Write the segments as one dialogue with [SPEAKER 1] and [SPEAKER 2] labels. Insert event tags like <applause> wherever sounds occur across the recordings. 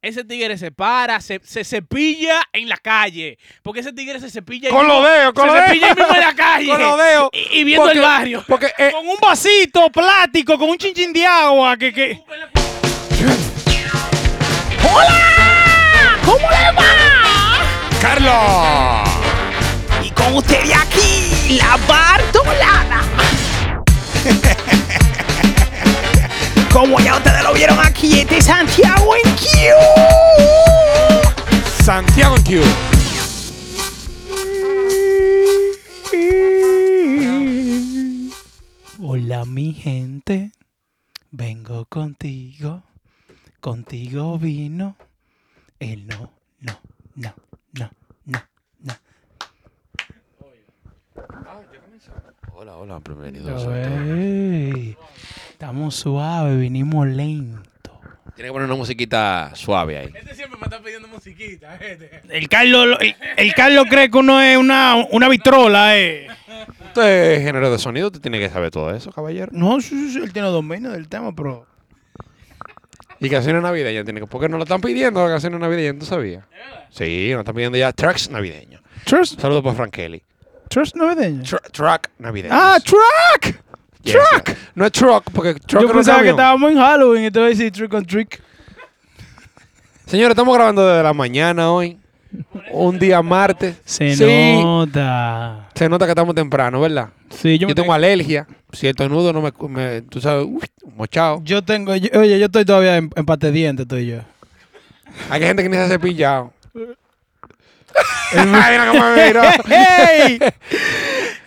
[SPEAKER 1] ese tigre se para, se, se cepilla en la calle. Porque ese tigre se cepilla. ahí
[SPEAKER 2] Con
[SPEAKER 1] mismo-
[SPEAKER 2] lo veo, con
[SPEAKER 1] se
[SPEAKER 2] lo veo.
[SPEAKER 1] cepilla ahí mismo
[SPEAKER 2] <laughs>
[SPEAKER 1] en la calle.
[SPEAKER 2] Con lo veo.
[SPEAKER 1] Y, y viendo
[SPEAKER 2] Porque-
[SPEAKER 1] el barrio.
[SPEAKER 2] Porque eh,
[SPEAKER 3] Con un vasito plástico, con un chinchín de agua, que, que...
[SPEAKER 4] ¡Hola! ¿Cómo le va?
[SPEAKER 2] Carlos.
[SPEAKER 4] Y con usted de aquí, la Bartolana. Como ya ustedes lo vieron aquí, este es Santiago en Q.
[SPEAKER 2] Santiago en Q.
[SPEAKER 3] Hola mi gente, vengo contigo, contigo vino el no, no, no, no, no, no.
[SPEAKER 5] Hola, hola, bienvenidos.
[SPEAKER 3] Ey, estamos suaves, vinimos lento.
[SPEAKER 5] Tiene que poner una musiquita suave ahí.
[SPEAKER 1] Este siempre me está pidiendo musiquita. Este.
[SPEAKER 3] El Carlos, lo- el, el Carlos cree que uno es una, una vitrola, eh.
[SPEAKER 2] Usted es Este género de sonido, usted tiene que saber todo eso, caballero.
[SPEAKER 3] No, sí, sí, sí, él tiene dominio del tema, pero...
[SPEAKER 2] Y canciones navideñas tiene que. Porque nos lo están pidiendo las canciones navideñas, ¿tú sabías? Sí, nos están pidiendo ya tracks navideños.
[SPEAKER 3] Trust,
[SPEAKER 2] Saludos para Frankeli.
[SPEAKER 3] trust navideño.
[SPEAKER 2] Tra- track navideño.
[SPEAKER 3] Ah, track.
[SPEAKER 2] Yes, yes. No es truck, porque truck
[SPEAKER 3] Yo
[SPEAKER 2] no es
[SPEAKER 3] pensaba que
[SPEAKER 2] avión.
[SPEAKER 3] estábamos en Halloween y te iba a decir trick on trick.
[SPEAKER 2] Señores, estamos grabando desde la mañana
[SPEAKER 1] <laughs>
[SPEAKER 2] hoy. Un día martes.
[SPEAKER 3] Se
[SPEAKER 2] Sí,
[SPEAKER 3] nota.
[SPEAKER 2] Se nota que estamos temprano, ¿verdad?
[SPEAKER 3] Sí, yo,
[SPEAKER 2] Yo,
[SPEAKER 3] me-
[SPEAKER 2] tengo alergia. Cierto nudo, no me, me- Tú sabes, uy, mochado.
[SPEAKER 3] yo tengo, yo- oye, yo estoy todavía en, en pate diente, estoy yo.
[SPEAKER 2] Hay gente que ni se ha
[SPEAKER 3] <laughs>
[SPEAKER 2] cepillado. Ay, mira cómo me miró.
[SPEAKER 3] <laughs> ¡Ey!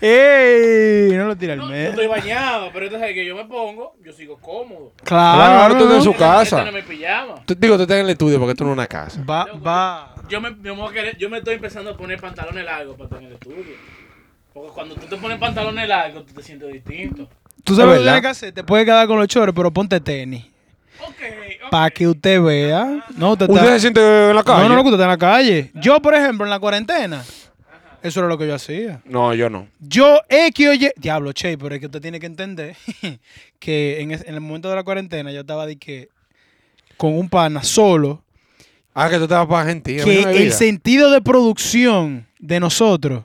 [SPEAKER 3] ¡Ey! No lo tira el
[SPEAKER 1] Yo
[SPEAKER 3] mes.
[SPEAKER 1] estoy bañado, pero entonces que yo me pongo, yo sigo cómodo.
[SPEAKER 2] Claro,
[SPEAKER 3] Claro,
[SPEAKER 2] tú
[SPEAKER 3] ¿no?
[SPEAKER 2] en su
[SPEAKER 1] Este
[SPEAKER 2] casa.
[SPEAKER 1] no me pijama.
[SPEAKER 2] Tú- digo, tú estás en el estudio porque tú no en una casa.
[SPEAKER 3] Va, va.
[SPEAKER 1] Yo me, yo, me voy a querer- yo me estoy empezando a poner pantalones largos para estar en el estudio. Porque cuando tú te pones pantalones largos, tú te sientes distinto.
[SPEAKER 3] Tú sabes lo que
[SPEAKER 2] ¿Verdad?
[SPEAKER 3] tienes que hacer. Te puedes quedar con los chores, pero ponte tenis.
[SPEAKER 1] Ok, ok.
[SPEAKER 3] Para que usted vea. No, usted
[SPEAKER 2] ¿Usted
[SPEAKER 3] está,
[SPEAKER 2] se siente en la calle?
[SPEAKER 3] no, no, no, que usted está en la calle. Yo, por ejemplo, en la cuarentena, eso era lo que yo hacía.
[SPEAKER 2] No, yo no.
[SPEAKER 3] Yo X que oye- Diablo, Che, pero es que usted tiene que entender <laughs> que en, es- en el momento de la cuarentena yo estaba de que con un pana solo,
[SPEAKER 2] Ah, que tú estabas para Argentina.
[SPEAKER 3] que
[SPEAKER 2] mira mi
[SPEAKER 3] el
[SPEAKER 2] vida.
[SPEAKER 3] sentido de producción de nosotros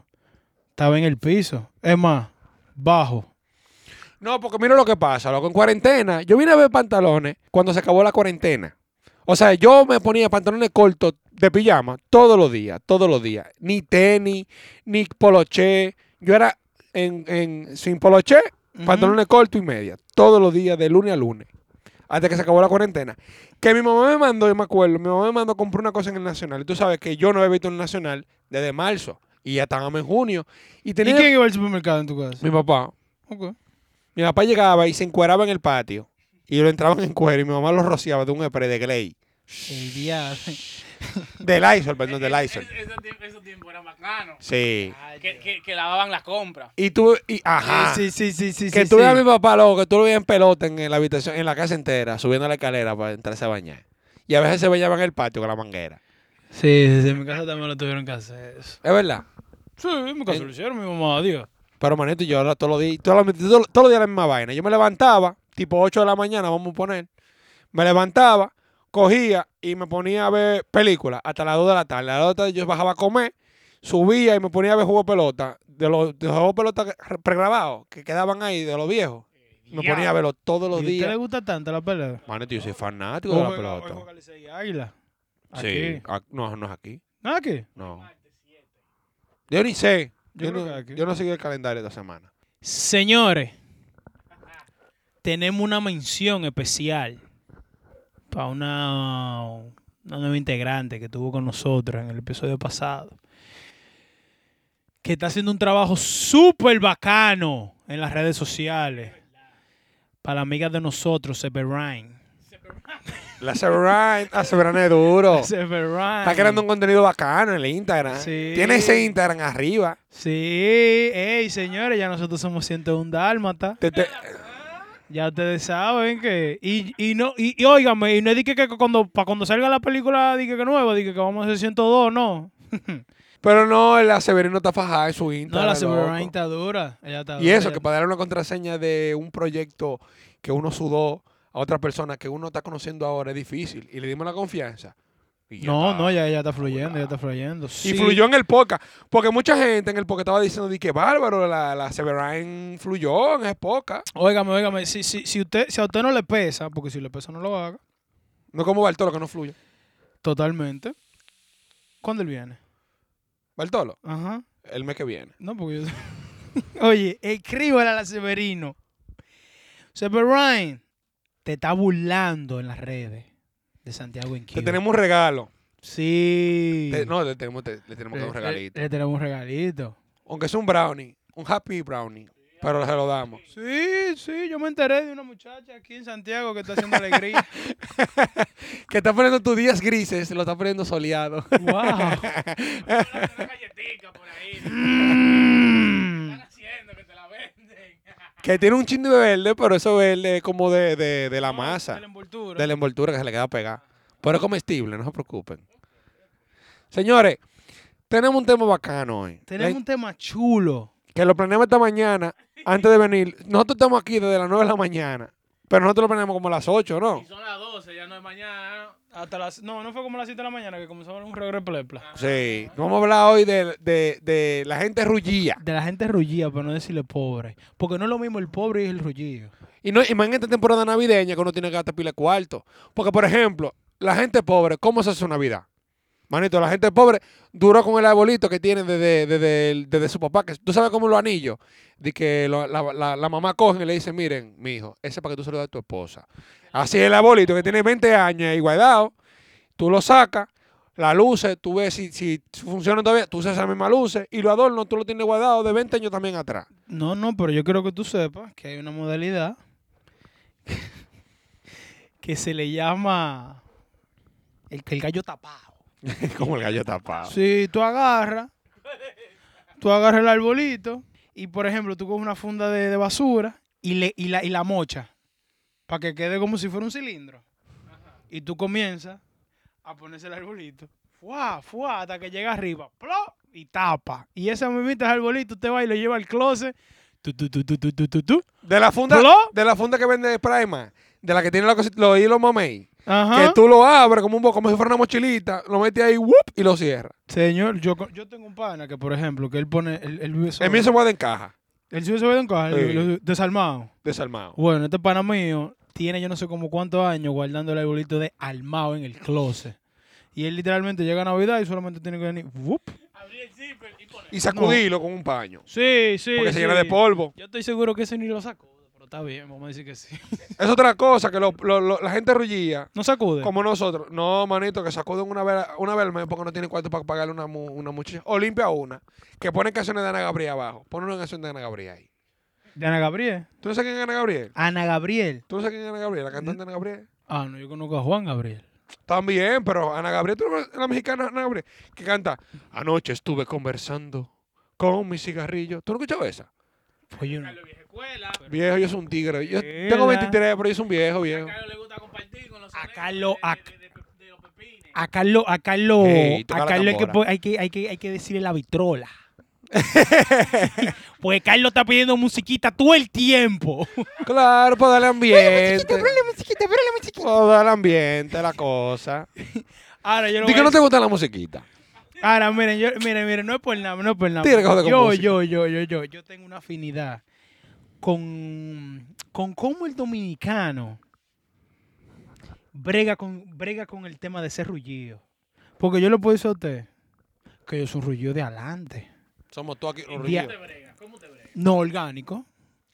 [SPEAKER 3] estaba en el piso. Es más, bajo.
[SPEAKER 2] No, porque mira lo que pasa, loco. En cuarentena, yo vine a ver pantalones cuando se acabó la cuarentena. O sea, yo me ponía pantalones cortos de pijama todos los días, todos los días. Ni tenis, ni poloché. Yo era en, en- sin poloché, pantalones cortos y media. Todos los días, de lunes a lunes. Hasta que se acabó la cuarentena. Que mi mamá me mandó, yo me acuerdo, mi mamá me mandó a comprar una cosa en el Nacional. Y tú sabes que yo no había visto en el Nacional desde marzo. Y ya estábamos en junio. Y
[SPEAKER 3] ¿Y
[SPEAKER 2] tenía
[SPEAKER 3] quién iba al supermercado en tu casa?
[SPEAKER 2] mi papá.
[SPEAKER 3] Ok.
[SPEAKER 2] Mi papá llegaba y se encueraba en el patio. Y lo entraban en cuero y mi mamá lo rociaba de un spray de Glay.
[SPEAKER 3] El diablo.
[SPEAKER 2] De Lysol, perdón, de Lysol.
[SPEAKER 1] Ese, tiempo, ese tiempo era bacano.
[SPEAKER 2] Sí.
[SPEAKER 1] Que, que, que lavaban las compras.
[SPEAKER 2] Y tú, y, ajá.
[SPEAKER 3] Sí, sí, sí, sí.
[SPEAKER 2] Ah. que
[SPEAKER 3] sí,
[SPEAKER 2] tú
[SPEAKER 3] sí.
[SPEAKER 2] veas a mi papá, loco, que tú lo veías en pelota en, en la habitación, en la casa entera, subiendo la escalera para entrarse a bañar. Y a veces se bañaba en el patio con la manguera.
[SPEAKER 3] Sí, sí, sí, en mi casa también lo tuvieron que hacer eso.
[SPEAKER 2] Es verdad.
[SPEAKER 3] Sí, en mi
[SPEAKER 2] Eh.
[SPEAKER 3] casa lo hicieron, mi mamá, Dios.
[SPEAKER 2] Pero manito, yo ahora todos los días, todos los, todos- todos los días la misma vaina. Yo me levantaba, tipo 8 de la mañana, vamos a poner. Me levantaba, cogía y me ponía a ver películas hasta las 2 de la tarde. A las 2 de la tarde yo bajaba a comer, subía y me ponía a ver juego de pelota. De los, de los juegos de pelota que- pregrabados que quedaban ahí, de los viejos. Me ponía a verlos todos los
[SPEAKER 3] ¿Y a usted le
[SPEAKER 2] días.
[SPEAKER 3] gusta tanto la pelea?
[SPEAKER 2] Manito, yo soy fanático de
[SPEAKER 3] Hoy
[SPEAKER 2] la
[SPEAKER 3] juega- hoy
[SPEAKER 2] pelota.
[SPEAKER 3] juega Licey y Águila.
[SPEAKER 2] Sí.
[SPEAKER 3] Aquí.
[SPEAKER 2] Ah, No, no es aquí.
[SPEAKER 3] ¿Ah, qué?
[SPEAKER 2] No. Yo ni sé.
[SPEAKER 3] Yo
[SPEAKER 2] Yo,
[SPEAKER 3] creo
[SPEAKER 2] no,
[SPEAKER 3] que aquí.
[SPEAKER 2] yo no sigo el calendario de esta semana.
[SPEAKER 3] Señores, tenemos una mención especial para una, una nueva integrante que tuvo con nosotros en el episodio pasado, que está haciendo un trabajo súper bacano en las redes sociales para la amiga de nosotros, Severine.
[SPEAKER 2] La Severine, la Severine es duro.
[SPEAKER 3] Severine.
[SPEAKER 2] Está creando un contenido bacano en el Instagram.
[SPEAKER 3] Sí.
[SPEAKER 2] Tiene ese Instagram arriba.
[SPEAKER 3] Sí, ey, señores, ya nosotros somos 101 dálmata.
[SPEAKER 2] Te- te-
[SPEAKER 3] Ya ustedes saben que. Y, y no, y, y óigame, y no es que, que cuando, para cuando salga la película dije que nueva, dije que vamos a hacer 102, no.
[SPEAKER 2] Pero no, la Severino está fajada en su
[SPEAKER 3] No,
[SPEAKER 2] Instagram.
[SPEAKER 3] la
[SPEAKER 2] loco.
[SPEAKER 3] Severine está dura. Ella está
[SPEAKER 2] Y
[SPEAKER 3] dura,
[SPEAKER 2] eso,
[SPEAKER 3] ella-
[SPEAKER 2] que para darle una contraseña de un proyecto que uno sudó a otra persona que uno está conociendo ahora es difícil. Y le dimos la confianza.
[SPEAKER 5] Y ya
[SPEAKER 3] No,
[SPEAKER 5] está.
[SPEAKER 3] no, ya, ya está fluyendo, ya está fluyendo.
[SPEAKER 2] Y
[SPEAKER 3] Sí.
[SPEAKER 2] fluyó en el podcast. Porque mucha gente en el podcast estaba diciendo de que bárbaro, la, la Severine fluyó en ese podcast.
[SPEAKER 3] Óigame, óigame, si, si, si, usted, si a usted no le pesa, porque si le pesa no lo haga,
[SPEAKER 2] No como Bartolo, que no fluye.
[SPEAKER 3] totalmente. ¿Cuándo él viene?
[SPEAKER 2] Bartolo,
[SPEAKER 3] Ajá.
[SPEAKER 2] el mes que viene.
[SPEAKER 3] No, porque yo... <laughs> Oye, escríbale a la Severino. Severine, te está burlando en las redes de Santiago en
[SPEAKER 2] Te tenemos un regalo.
[SPEAKER 3] Sí. eh,
[SPEAKER 2] Te- no, te tenemos, te- le tenemos que dar un
[SPEAKER 3] Le-
[SPEAKER 2] regalito.
[SPEAKER 3] Le, le tenemos un regalito.
[SPEAKER 2] Aunque es un brownie, un happy brownie. Pero se lo damos.
[SPEAKER 3] Sí, sí, yo me enteré de una muchacha aquí en Santiago que está haciendo alegría. <laughs>
[SPEAKER 2] Que está poniendo tus días grises, lo está poniendo soleado. <laughs>
[SPEAKER 3] wow.
[SPEAKER 1] Una galletica por ahí.
[SPEAKER 3] Mm.
[SPEAKER 1] Están haciendo que te la venden.
[SPEAKER 2] que tiene un chin de verde, pero eso verde es como de, de- de la masa.
[SPEAKER 3] De la envoltura.
[SPEAKER 2] de la envoltura que se le queda pegada. Pero es comestible, no se preocupen. Señores, tenemos un tema bacano hoy.
[SPEAKER 3] Tenemos
[SPEAKER 2] Le-
[SPEAKER 3] un tema chulo.
[SPEAKER 2] Que lo planeamos esta
[SPEAKER 3] <laughs>
[SPEAKER 2] mañana, antes de venir. Nosotros estamos aquí desde las 9 de la mañana. Pero nosotros lo planeamos como a las 8, ¿no?
[SPEAKER 1] Y son las 12, ya no es mañana.
[SPEAKER 3] Hasta las, no, no fue como las 7 de la mañana que comenzó un regreso plepla.
[SPEAKER 2] Sí. Vamos a hablar hoy de, de- de la gente rullía.
[SPEAKER 3] De la gente rullía, para no decirle pobre. Porque no es lo mismo el pobre y el rullillo.
[SPEAKER 2] Y, no, y más en esta temporada navideña que uno tiene que gastar pila de cuarto. Porque, por ejemplo, la gente pobre, ¿cómo se hace su Navidad? Manito, la gente pobre duró con el arbolito que tiene desde, desde, el- desde su papá. Que, ¿Tú sabes cómo los anillos? De que lo- la, la- la mamá coge y le dice, miren, mi hijo, ese es para que tú se lo das a tu esposa. Así es el arbolito que tiene 20 años ahí guardado. Tú lo sacas, la luces, tú ves si, si funciona todavía, tú usas esas mismas luces y los adornos tú lo tienes guardado de 20 años también atrás.
[SPEAKER 3] No, no, pero yo quiero que tú sepas que hay una modalidad <laughs> que se le llama el, el gallo tapado.
[SPEAKER 2] <laughs> Como el gallo tapado.
[SPEAKER 3] Sí, tú agarras, tú agarras el arbolito y, por ejemplo, tú coges una funda de, de basura y, le, y, la, y la mocha para que quede como si fuera un cilindro. Y tú comienzas a ponerse el arbolito. Fuá, fuá, hasta que llega arriba. ¡Plop! Y tapa. Y esa mimita es arbolito, usted va y lo lleva al closet. Tu, tu, tu, tu, tu, tu, tu, tu.
[SPEAKER 2] De la funda,
[SPEAKER 3] ¿Plo?
[SPEAKER 2] de la funda que vende Prima, de la que tiene la cosi- los hilos mamey,
[SPEAKER 3] Ajá.
[SPEAKER 2] que tú lo abres como un bo- como si fuera una mochilita, lo metes ahí whoop, y lo cierras.
[SPEAKER 3] Señor, yo, co- yo tengo un pana que, por ejemplo, que él pone. Él, él vive solo.
[SPEAKER 2] En mí se guarda en caja,
[SPEAKER 3] Él sube sube en caja,
[SPEAKER 2] Sí.
[SPEAKER 3] lo- lo- desarmado.
[SPEAKER 2] desarmado.
[SPEAKER 3] Bueno, este pana mío tiene yo no sé como cuántos años guardando el arbolito de almao en el closet. Y él literalmente llega a Navidad y solamente tiene que venir. ¡wup!
[SPEAKER 1] Abrí el zipper y poner.
[SPEAKER 2] Y sacudilo con un paño,
[SPEAKER 3] Sí, sí.
[SPEAKER 2] porque
[SPEAKER 3] sí.
[SPEAKER 2] se llena de polvo.
[SPEAKER 3] Yo estoy seguro que ese ni lo sacude, pero está bien, vamos a decir que sí.
[SPEAKER 2] Es otra cosa que lo- lo- lo- la gente rullía,
[SPEAKER 3] <laughs> ¿No sacude?
[SPEAKER 2] como nosotros. No, manito, que sacuden una vez, una vez al mes porque no tienen cuarto para pagarle una, mu- una muchacha. O limpia una, que ponen canciones de Ana Gabriel abajo. Pon una canción de Ana Gabriel ahí.
[SPEAKER 3] ¿De Ana Gabriel?
[SPEAKER 2] ¿Tú no sabes quién es Ana Gabriel?
[SPEAKER 3] Ana Gabriel.
[SPEAKER 2] ¿Tú no sabes quién es Ana Gabriel? ¿La cantante Ana Gabriel?
[SPEAKER 3] Ah, no, yo conozco a Juan Gabriel.
[SPEAKER 2] También, pero Ana Gabriel, tú no conoces la mexicana Ana Gabriel, que canta, anoche estuve conversando con mi cigarrillo. ¿Tú no has escuchado esa?
[SPEAKER 3] Pues yo no.
[SPEAKER 1] Carlos vieja escuela.
[SPEAKER 2] Viejo, yo soy un tigre. Yo
[SPEAKER 3] Era.
[SPEAKER 2] tengo 23, pero yo soy un viejo, viejo.
[SPEAKER 1] A Carlos le gusta compartir con los
[SPEAKER 3] A
[SPEAKER 1] amigos
[SPEAKER 3] Carlos,
[SPEAKER 1] de-
[SPEAKER 3] a-
[SPEAKER 1] de- de- de- de los pepines.
[SPEAKER 3] A Carlos, a Carlos,
[SPEAKER 2] Ey, toca
[SPEAKER 3] a
[SPEAKER 2] la
[SPEAKER 3] Carlos Oh, hay, que,
[SPEAKER 2] tambora.
[SPEAKER 3] po- hay, que, hay, que, hay que decirle la vitrola. Porque pues Carlos está pidiendo musiquita todo el tiempo.
[SPEAKER 2] Claro, para darle ambiente. Para darle ambiente a la
[SPEAKER 3] <laughs>
[SPEAKER 2] cosa.
[SPEAKER 3] <laughs> Ahora, yo lo
[SPEAKER 2] ¿Di
[SPEAKER 3] voy
[SPEAKER 2] que
[SPEAKER 3] a
[SPEAKER 2] no te gusta la musiquita?
[SPEAKER 3] Ahora, miren, yo, miren, miren, no es por nada, no es por nada.
[SPEAKER 2] Tira que joder con
[SPEAKER 3] yo,
[SPEAKER 2] música.
[SPEAKER 3] yo, yo, yo, yo, yo tengo una afinidad con, con cómo el dominicano brega con, brega con el tema de ser rullido. Porque yo le puedo decir a usted que yo soy un rullido de adelante.
[SPEAKER 2] Somos todos aquí los
[SPEAKER 3] Día-
[SPEAKER 2] ricos.
[SPEAKER 1] ¿Cómo te brega? ¿Cómo te brega?
[SPEAKER 3] No orgánico.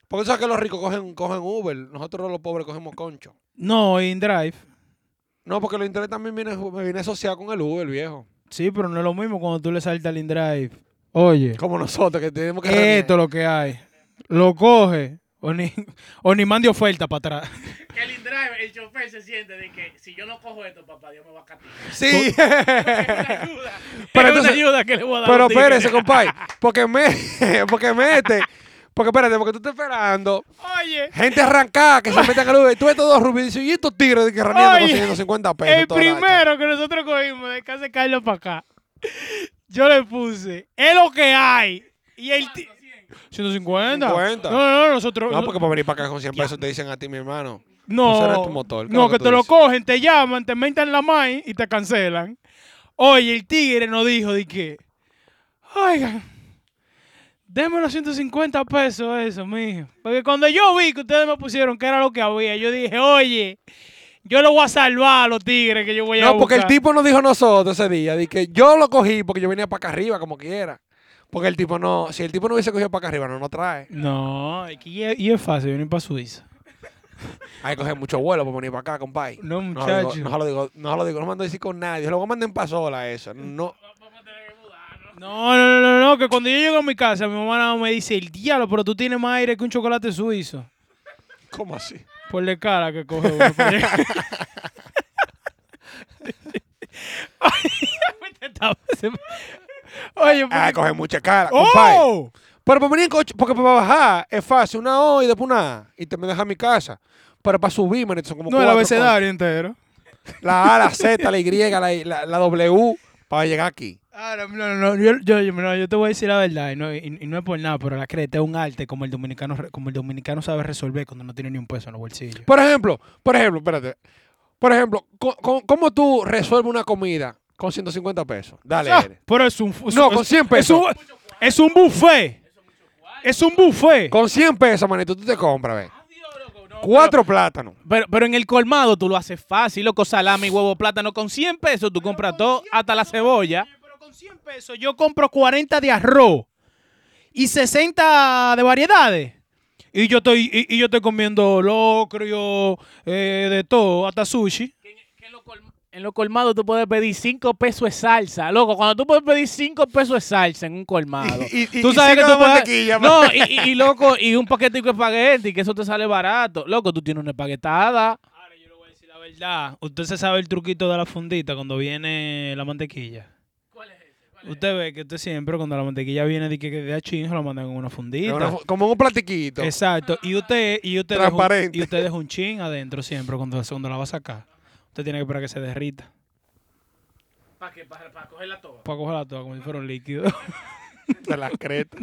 [SPEAKER 2] Porque tú sabes que los ricos cogen, cogen Uber, nosotros los pobres cogemos concho.
[SPEAKER 3] No in drive.
[SPEAKER 2] No, porque los internet también viene, viene asociado con el Uber, viejo.
[SPEAKER 3] Sí, pero no es lo mismo cuando tú le saltas al in drive. Oye,
[SPEAKER 2] Como nosotros, que tenemos que...
[SPEAKER 3] esto es lo que hay. Lo coge. O ni, <laughs> o ni mande oferta para atrás.
[SPEAKER 1] Que el indrive, el chofer se siente de que si yo no cojo esto, papá, Dios me va a castigar.
[SPEAKER 2] Sí.
[SPEAKER 3] <laughs>
[SPEAKER 1] Ayuda.
[SPEAKER 2] Pero
[SPEAKER 3] Pero
[SPEAKER 2] entonces-
[SPEAKER 3] ayuda que le voy a dar
[SPEAKER 2] Pero
[SPEAKER 3] a ti.
[SPEAKER 2] espérese, compadre. Porque me, <laughs> porque mete. Porque espérate, porque tú estás esperando.
[SPEAKER 3] Oye,
[SPEAKER 2] Gente arrancada que se metan al Uber. Tú ves todos rubios y dices, ¿y estos tigres de que raneando con
[SPEAKER 3] Oye,
[SPEAKER 2] 150 pesos?
[SPEAKER 3] el
[SPEAKER 2] toda la hacha?"
[SPEAKER 3] primero que nosotros cogimos de casa de Carlos para acá, yo le puse, es lo que hay. Y el ti- 150.
[SPEAKER 2] 50.
[SPEAKER 3] No, no, no, nosotros.
[SPEAKER 2] No, pues porque para venir para acá con 100 pesos te dicen a ti, mi hermano.
[SPEAKER 3] no,
[SPEAKER 2] tú eres tu motor, ¿qué es
[SPEAKER 3] no,
[SPEAKER 2] lo que
[SPEAKER 3] que
[SPEAKER 2] tú
[SPEAKER 3] te lo
[SPEAKER 2] dices?
[SPEAKER 3] cogen, te llaman, te mentan la main y te cancelan. Oye, el tigre nos dijo de que, oigan, denme los 150 pesos eso, mijo. Porque cuando yo vi que ustedes me pusieron que era lo que había, yo dije, oye, yo lo voy a salvar a los tigres que yo voy a
[SPEAKER 2] No, porque el
[SPEAKER 3] buscar".
[SPEAKER 2] tipo nos dijo a nosotros ese día, de que yo lo cogí porque yo venía para acá arriba, como quiera. Porque el tipo no, si el tipo no hubiese cogido para acá arriba, no nos trae.
[SPEAKER 3] No, es que y es, y es fácil venir para Suiza.
[SPEAKER 2] Hay que coger mucho vuelo para venir para acá, compadre.
[SPEAKER 3] No,
[SPEAKER 2] No lo
[SPEAKER 3] muchacho.
[SPEAKER 2] digo, no lo digo, no lo digo, no mando a decir con nadie. Luego mando en pasola eso. No,
[SPEAKER 3] No, no, no, no, no, que cuando yo llego a mi casa, mi mamá nada más me dice, el diablo, pero tú tienes más aire que un chocolate suizo.
[SPEAKER 2] ¿cómo así?
[SPEAKER 3] Por la cara que coge uno. para llegar. Oye,
[SPEAKER 2] Hay que
[SPEAKER 3] pero-
[SPEAKER 2] coger mucha cara, compadre.
[SPEAKER 3] ¡Oh!
[SPEAKER 2] Pero para venir en coche, porque para bajar es fácil, una O y después una A. Y te me deja a mi casa. Pero para subir, manito, son como
[SPEAKER 3] No, el
[SPEAKER 2] cuatro
[SPEAKER 3] abecedario entero.
[SPEAKER 2] cosas. La A, la Z, la Y, la, la,
[SPEAKER 3] <laughs>
[SPEAKER 2] la W, para llegar aquí.
[SPEAKER 3] Ahora, no, no, no, yo, yo, yo- no, yo te voy a decir la verdad, y no, y- y no es por nada, pero la creta es un arte como el dominicano re- como el dominicano sabe resolver cuando no tiene ni un peso en los bolsillos.
[SPEAKER 2] Por ejemplo, por ejemplo, espérate. Por ejemplo, co- co- ¿cómo tú resuelves una comida con 150 pesos? Dale.
[SPEAKER 3] Ah,
[SPEAKER 2] Ere.
[SPEAKER 3] pero es un... es-
[SPEAKER 2] Pues, No,
[SPEAKER 3] es-
[SPEAKER 2] con 100
[SPEAKER 3] Es un, es un buffet. Es un buffet.
[SPEAKER 2] Con 100 pesos, manito, tú te compras, ve.
[SPEAKER 1] Ah, Dios, loco, no.
[SPEAKER 2] Cuatro plátanos.
[SPEAKER 4] Pero, pero en el colmado tú lo haces fácil, loco, salami, huevo, plátano. Con 100 pesos tú compras todo, hasta la cebolla.
[SPEAKER 3] Pero con 100 pesos yo compro 40 de arroz y 60 de variedades. Y yo estoy, y, y yo estoy comiendo locrio, eh, de todo, hasta sushi.
[SPEAKER 1] Que en, que en lo colm- en los colmados tú puedes pedir 5 pesos de salsa. Loco, cuando tú puedes pedir 5 pesos de salsa en un
[SPEAKER 4] <laughs>
[SPEAKER 1] colmado.
[SPEAKER 2] Y- y-
[SPEAKER 1] Ah, tú
[SPEAKER 2] y
[SPEAKER 1] sabes que
[SPEAKER 2] cinco
[SPEAKER 1] tú
[SPEAKER 2] de
[SPEAKER 1] puedes.
[SPEAKER 2] mantequilla,
[SPEAKER 1] No, y, y- y loco, y un paquetico de espagueti, que eso te sale barato. Loco, tú tienes una espaguetada.
[SPEAKER 3] Ahora yo le voy a decir la verdad. Usted se sabe el truquito de la fundita cuando viene la mantequilla. Usted ve que usted siempre cuando la mantequilla viene de que que de a chingo la mandan en una fundita.
[SPEAKER 2] Una fu- Como en un platiquito.
[SPEAKER 3] Exacto. Y usted, y usted deja un-
[SPEAKER 2] Transparente.
[SPEAKER 3] y usted deja un chin adentro siempre cuando, cuando la va a sacar. Usted tiene que esperar que se derrita.
[SPEAKER 1] ¿Para qué? Para, cogerla toda.
[SPEAKER 3] Para cogerla toda como si fuera un líquido. <laughs>
[SPEAKER 2] De las cretas.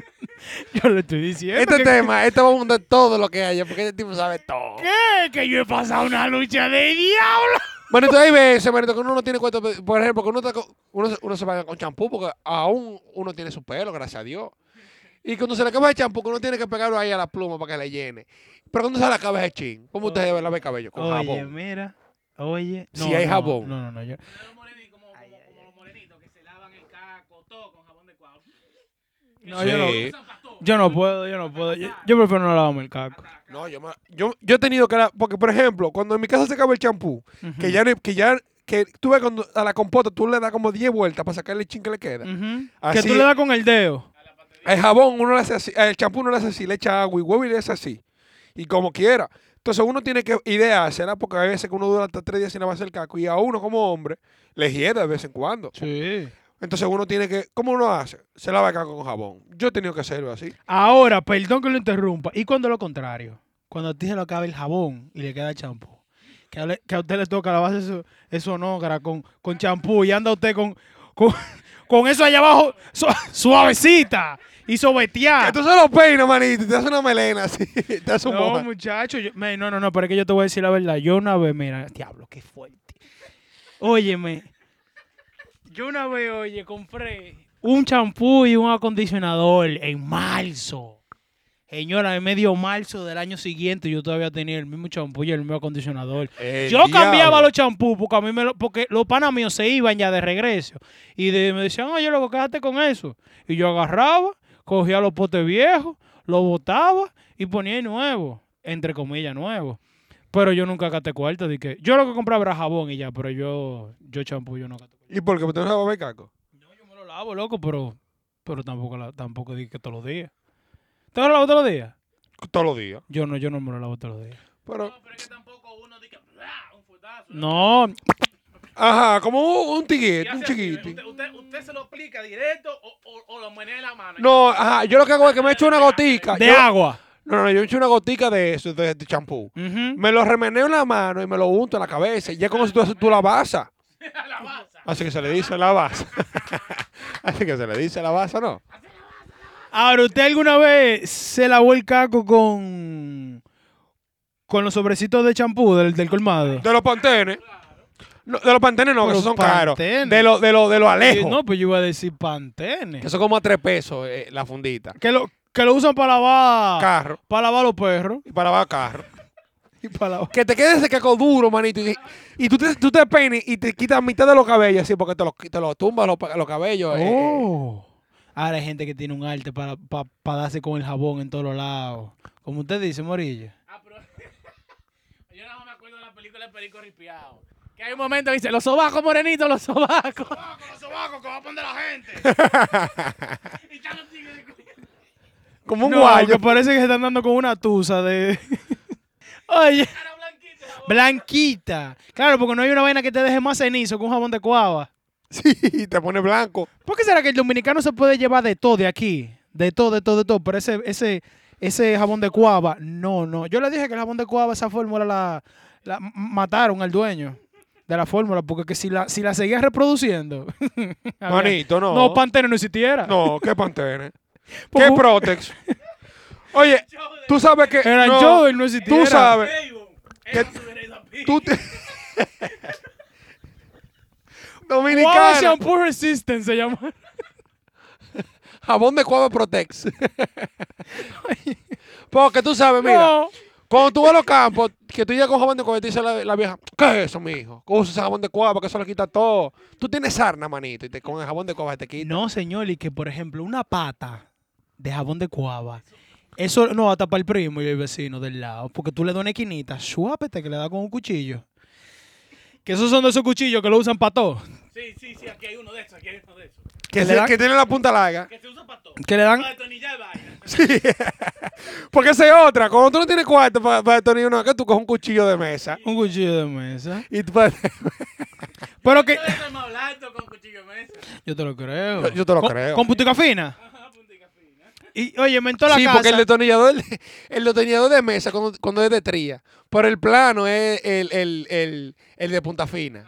[SPEAKER 3] Yo le estoy diciendo.
[SPEAKER 2] Este
[SPEAKER 3] que,
[SPEAKER 2] tema, este vamos a montar todo lo que haya, porque este tipo sabe todo.
[SPEAKER 3] ¿Qué? Que yo he pasado una lucha de diablo.
[SPEAKER 2] Manito, hay veces, manito, que uno no tiene cuenta. Por ejemplo, que uno, está co- uno, se- uno se baña con champú, porque aún uno tiene su pelo, gracias a Dios. Y cuando se le acaba el champú, que uno tiene que pegarlo ahí a la pluma para que le llene. Pero cuando se le acaba el chin, ¿cómo usted debe lavar el cabello? Con
[SPEAKER 3] Oye,
[SPEAKER 2] jabón.
[SPEAKER 3] mira. Oye.
[SPEAKER 2] Si hay jabón.
[SPEAKER 3] No, no, no. yo- No, yo,
[SPEAKER 5] Sí.
[SPEAKER 3] no, yo no puedo, yo no puedo. Yo, yo prefiero no lavarme el caco.
[SPEAKER 2] No, yo, me- yo, yo he tenido que. la- porque, por ejemplo, cuando en mi casa se acaba el champú, que ya. no- Que ya que tú ves cuando a la compota tú le das como 10 vueltas para sacarle el chin que le queda.
[SPEAKER 3] Ujú. Que
[SPEAKER 2] Así-
[SPEAKER 3] tú le das con el dedo.
[SPEAKER 2] El jabón uno le hace así, el champú uno le hace así, le echa agua y huevo y le hace así. Y como quiera. Entonces uno tiene que ideársela porque hay veces que uno dura hasta tres días sin lavarse el caco y a uno como hombre le hiede de vez en cuando.
[SPEAKER 3] Sí.
[SPEAKER 2] Entonces uno tiene que, ¿cómo uno hace? Se lava el caco con jabón. Yo he tenido que hacerlo así.
[SPEAKER 3] Ahora, perdón que lo interrumpa. ¿Y cuando lo contrario? Cuando a ti se lo acaba el jabón y le queda el champú. Que, a le- que a usted le toca lavarse eso, eso no, cara, con con champú y anda usted con, con, <laughs> con eso allá abajo su- suavecita y
[SPEAKER 2] Que
[SPEAKER 3] sobeteada.
[SPEAKER 2] tú se lo peinas, manito, y te hace una melena así, <laughs> te hace un
[SPEAKER 3] Ah. No,
[SPEAKER 2] moja.
[SPEAKER 3] muchacho, yo- me- no, no, no, pero es que yo te voy a decir la verdad. Yo una vez, mira, diablo, qué fuerte. Óyeme, yo una vez, oye, compré un champú y un acondicionador en marzo. Señora, en medio marzo del año siguiente yo todavía tenía el mismo champú y el mismo acondicionador.
[SPEAKER 2] El
[SPEAKER 3] yo
[SPEAKER 2] diablo.
[SPEAKER 3] cambiaba los champús porque a mí me lo- porque los panas míos se iban ya de regreso. Y de- me decían, oye, loco, quédate con eso. Y yo agarraba, cogía los potes viejos, los botaba y ponía nuevo, entre comillas, nuevo. Pero yo nunca gasté cuarto, de que yo lo que compraba era jabón y ya, pero yo yo champú yo no gasté cuarto.
[SPEAKER 2] ¿Y por qué? ¿Porque tú no lavas el caco?
[SPEAKER 3] No, yo me lo lavo, loco, pero pero tampoco la- tampoco dije que todos los días. ¿Te lo lavo todos los días?
[SPEAKER 2] Todos los días.
[SPEAKER 3] Yo no, yo no me lo lavo todos los días.
[SPEAKER 2] Pero,
[SPEAKER 1] Pero es que tampoco uno dice un fuetazo.
[SPEAKER 3] No,
[SPEAKER 2] ajá, como un, un
[SPEAKER 1] ¿Qué
[SPEAKER 2] tiguete,
[SPEAKER 1] hace
[SPEAKER 2] un
[SPEAKER 1] así?
[SPEAKER 2] chiquiti.
[SPEAKER 1] Usted, usted- usted se lo aplica directo o, o- o lo menea en la mano.
[SPEAKER 2] No, ajá, yo lo que hago es que me echo una gotica.
[SPEAKER 3] de
[SPEAKER 2] Yo-
[SPEAKER 3] agua.
[SPEAKER 2] No, no, no, yo echo una gotica de eso, de de champú.
[SPEAKER 3] Ujú.
[SPEAKER 2] Me lo remeneo en la mano y me lo unto en la cabeza. Y ya con eso tú, haces- tú la <laughs> basa.
[SPEAKER 1] La baza.
[SPEAKER 2] Así que se le dice la basa. <laughs> Así que se le dice la basa, ¿no?
[SPEAKER 3] Ahora, ¿usted alguna vez se lavó el caco con con los sobrecitos de champú del, del colmado?
[SPEAKER 2] De los pantenes. No, de los pantenes no, que
[SPEAKER 3] Pero
[SPEAKER 2] esos son
[SPEAKER 3] Pantene.
[SPEAKER 2] caros. De los de los de los
[SPEAKER 3] Eh,
[SPEAKER 2] alejos.
[SPEAKER 3] No, pues yo iba a decir pantene.
[SPEAKER 2] que son como a tres pesos eh, la fundita.
[SPEAKER 3] Que lo, que lo usan para lavar.
[SPEAKER 2] Carro.
[SPEAKER 3] Para lavar
[SPEAKER 1] <laughs>
[SPEAKER 3] los perros.
[SPEAKER 2] Y para lavar carro.
[SPEAKER 3] Y para lavar.
[SPEAKER 2] Que te quede ese caco duro, manito. Y, y tú, te, tú te peines y te quitas mitad de los cabellos así porque te los te los tumbas los, los cabellos. eh, eh.
[SPEAKER 3] Oh. Ahora hay gente que tiene un arte para, para, para darse con el jabón en todos los lados. Como usted dice, Morilla.
[SPEAKER 1] Ah, pero. Yo no me acuerdo de la película de Perico Ripiado. Que hay un momento que dice: Los sobacos, morenito, los sobacos. los sobacos, que va a poner la
[SPEAKER 2] <laughs>
[SPEAKER 1] gente. y están los tigres.
[SPEAKER 2] como un
[SPEAKER 3] No,
[SPEAKER 2] guayo.
[SPEAKER 3] que parece que se están dando con una tusa de. <laughs> Oye.
[SPEAKER 1] Cara blanquita.
[SPEAKER 3] Blanquita. Claro, porque no hay una vaina que te deje más cenizo que un jabón de cuava.
[SPEAKER 2] <laughs> Sí, te pone blanco.
[SPEAKER 3] ¿Por qué será que el dominicano se puede llevar de todo de aquí? De todo, de todo, de todo. Pero ese, ese, ese jabón de cuava, no, no. Yo le dije que el jabón de cuava, esa fórmula la, la m- mataron al dueño de la fórmula, porque que si la, si la seguías reproduciendo. <laughs> había-
[SPEAKER 2] Manito, no.
[SPEAKER 3] No, Pantene no existiera.
[SPEAKER 2] No, qué
[SPEAKER 3] <laughs>
[SPEAKER 2] pantene.
[SPEAKER 3] Pues,
[SPEAKER 2] qué
[SPEAKER 3] uh,
[SPEAKER 2] Protex. Oye, tú sabes que.
[SPEAKER 3] Era
[SPEAKER 2] no,
[SPEAKER 3] yo y no existiera.
[SPEAKER 2] Tú sabes.
[SPEAKER 1] ¿Qué? ¿Qué?
[SPEAKER 2] Tú
[SPEAKER 3] <laughs>
[SPEAKER 2] te.
[SPEAKER 3] Cuava
[SPEAKER 2] Dominicano.
[SPEAKER 3] Shampoo Resistance se llama.
[SPEAKER 2] Jabón de cuava Protex. <laughs> Porque tú sabes, mira.
[SPEAKER 3] No.
[SPEAKER 2] Cuando tú vas a los campos, que tú llegas con jabón de cuava y te dice la, la vieja, ¿qué es eso, mijo? Usa ese jabón de cuava porque eso le quita todo. Tú tienes sarna, manito, y te, con el jabón de cuava te quita.
[SPEAKER 3] No, señor, y que por ejemplo una pata de jabón de cuava, eso no va a tapar el primo y el vecino del lado, porque tú le das una esquinita, suápete que le da con un cuchillo. Que esos son de esos cuchillos que lo usan para todo.
[SPEAKER 1] Sí, sí, sí, aquí hay uno de esos, aquí hay uno de esos.
[SPEAKER 2] Que,
[SPEAKER 3] le
[SPEAKER 2] se-
[SPEAKER 3] dan-
[SPEAKER 2] que tiene la punta larga.
[SPEAKER 1] Que se usa para todo.
[SPEAKER 3] Que le dan.
[SPEAKER 1] Para detonillar vaina.
[SPEAKER 2] Sí. <laughs> Porque esa es otra. Cuando tú no tienes cuarto para, para detonir una, que tú coges un cuchillo de mesa.
[SPEAKER 3] Un cuchillo de mesa.
[SPEAKER 2] Y tú pa-
[SPEAKER 3] Pero que.
[SPEAKER 1] Yo soy más blanco con cuchillo de mesa.
[SPEAKER 3] Yo te lo
[SPEAKER 2] <laughs>
[SPEAKER 3] creo.
[SPEAKER 2] Yo- yo te lo
[SPEAKER 3] Con-
[SPEAKER 2] creo.
[SPEAKER 3] Con putica fina.
[SPEAKER 1] Ajá, puntica fina.
[SPEAKER 3] Y oye, mentó la
[SPEAKER 2] sí,
[SPEAKER 3] casa.
[SPEAKER 2] porque el detonillador, el detonillador de mesa cuando, cuando es de tría, pero el plano es el, el, el, el de punta fina.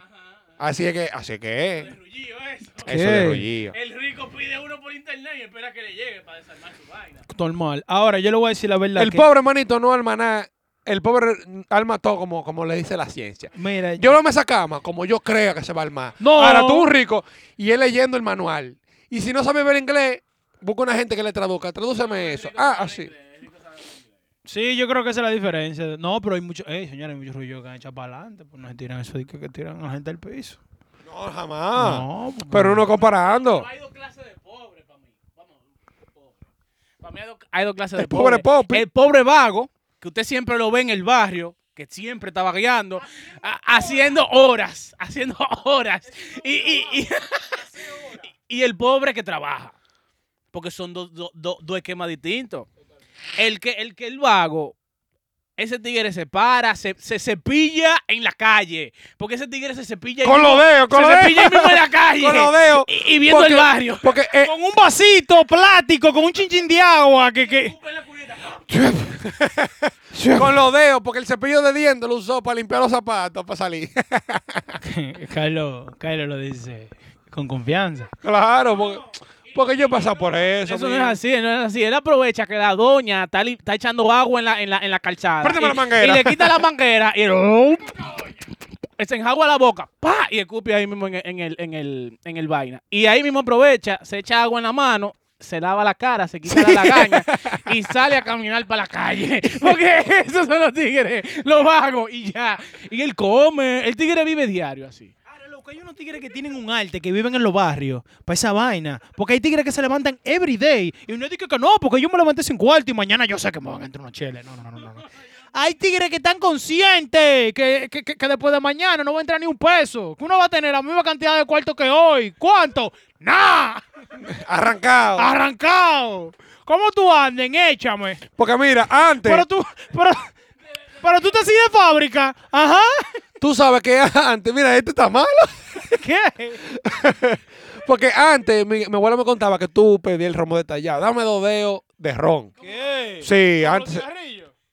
[SPEAKER 2] Así es que, así es que es.
[SPEAKER 1] El rullillo eso.
[SPEAKER 2] Eso de rullillo.
[SPEAKER 1] El rico pide uno por internet y espera que le llegue para desarmar su vaina.
[SPEAKER 3] Normal. Ahora, yo le voy a decir la verdad.
[SPEAKER 2] El
[SPEAKER 3] que-
[SPEAKER 2] pobre manito no alma nada. El pobre alma todo como, como le dice la ciencia.
[SPEAKER 3] Mira,
[SPEAKER 2] Yo no me esa cama como yo creo que se va a armar.
[SPEAKER 3] No.
[SPEAKER 2] Ahora tú un rico y él leyendo el manual. Y si no sabe ver inglés, busca una gente que le traduzca. Tradúceme eso. Ah, así.
[SPEAKER 3] Sí, yo creo que esa es la diferencia. No, pero hay muchos, eh, señores, hay muchos ruidos que han echado para adelante, pues no se tiran eso de que, que tiran a la gente al piso.
[SPEAKER 2] No, jamás.
[SPEAKER 3] no, porque-
[SPEAKER 2] Pero uno comparando.
[SPEAKER 1] Pero Hay dos clases de pobre para mí. Vamos, pobre. Para mí hay dos, hay dos clases
[SPEAKER 2] El
[SPEAKER 1] de
[SPEAKER 2] pobre
[SPEAKER 1] pobre.
[SPEAKER 2] Popi.
[SPEAKER 1] El pobre vago, que usted siempre lo ve en el barrio, que siempre está vagueando, a- haciendo horas, haciendo horas. Y, y, y- <laughs> y el pobre que trabaja. Porque son dos dos- dos- dos esquemas distintos. El que, el que el vago, ese tigre se para, se, se cepilla en la calle. Porque ese tigre se cepilla ahí
[SPEAKER 2] Con
[SPEAKER 1] mismo-
[SPEAKER 2] los dedos, con
[SPEAKER 1] se
[SPEAKER 2] los dedos.
[SPEAKER 1] cepilla ahí mismo en la calle.
[SPEAKER 2] Con los dedos.
[SPEAKER 1] Y, y viendo
[SPEAKER 2] Porque-
[SPEAKER 1] el barrio.
[SPEAKER 2] Porque eh, <laughs>
[SPEAKER 3] con un vasito plástico, con un chinchín de agua, que, que...
[SPEAKER 2] con los dedos, porque el cepillo de dientes lo usó para limpiar los zapatos, para salir.
[SPEAKER 3] <laughs>
[SPEAKER 2] <laughs>
[SPEAKER 3] Carlos, Carlos lo dice con confianza.
[SPEAKER 2] claro, porque, porque yo he pasado por eso.
[SPEAKER 1] Eso no
[SPEAKER 2] mijo.
[SPEAKER 1] es así, no es así. Él aprovecha que la doña está, li- está echando agua en la, en la, en la calzada.
[SPEAKER 2] Préstame
[SPEAKER 1] y,
[SPEAKER 2] la manguera.
[SPEAKER 1] y le quita la manguera y él- se enjagua la boca. ¡pa! Y escupe ahí mismo en, el- en el, en, el, en el vaina. Y ahí mismo aprovecha, se echa agua en la mano, se lava la cara, se quita la lagaña
[SPEAKER 2] <laughs>
[SPEAKER 1] y sale a caminar para la calle. <laughs> Porque esos son los tigres, los vagos y ya. Y él come. El tigre vive diario así.
[SPEAKER 3] Ahora, loco, hay unos tigres que tienen un arte, que viven en los barrios, para esa vaina. Porque hay tigres que se levantan every day. Y uno dice que no, porque yo me levanté sin cuarto y mañana yo sé que me van a entrar unos cheles. No, no, no, no, no. no. Hay tigres que están conscientes que, que- que- que después de mañana no va a entrar ni un peso. Que uno va a tener la misma cantidad de cuarto que hoy. ¿Cuánto? ¡Nah!
[SPEAKER 2] Arrancado.
[SPEAKER 3] ¡Arrancado! ¿Cómo tú anden? Échame.
[SPEAKER 2] Porque mira, antes.
[SPEAKER 3] Pero tú, pero, pero tú te así de fábrica. Ajá. <laughs>
[SPEAKER 2] Tú sabes que <laughs> antes, mira, este está malo.
[SPEAKER 3] ¿Qué?
[SPEAKER 2] Porque antes mi, mi abuela me contaba que tú pedías el romo detallado. Dame dos dedos de ron.
[SPEAKER 3] ¿Qué?
[SPEAKER 2] Sí, antes.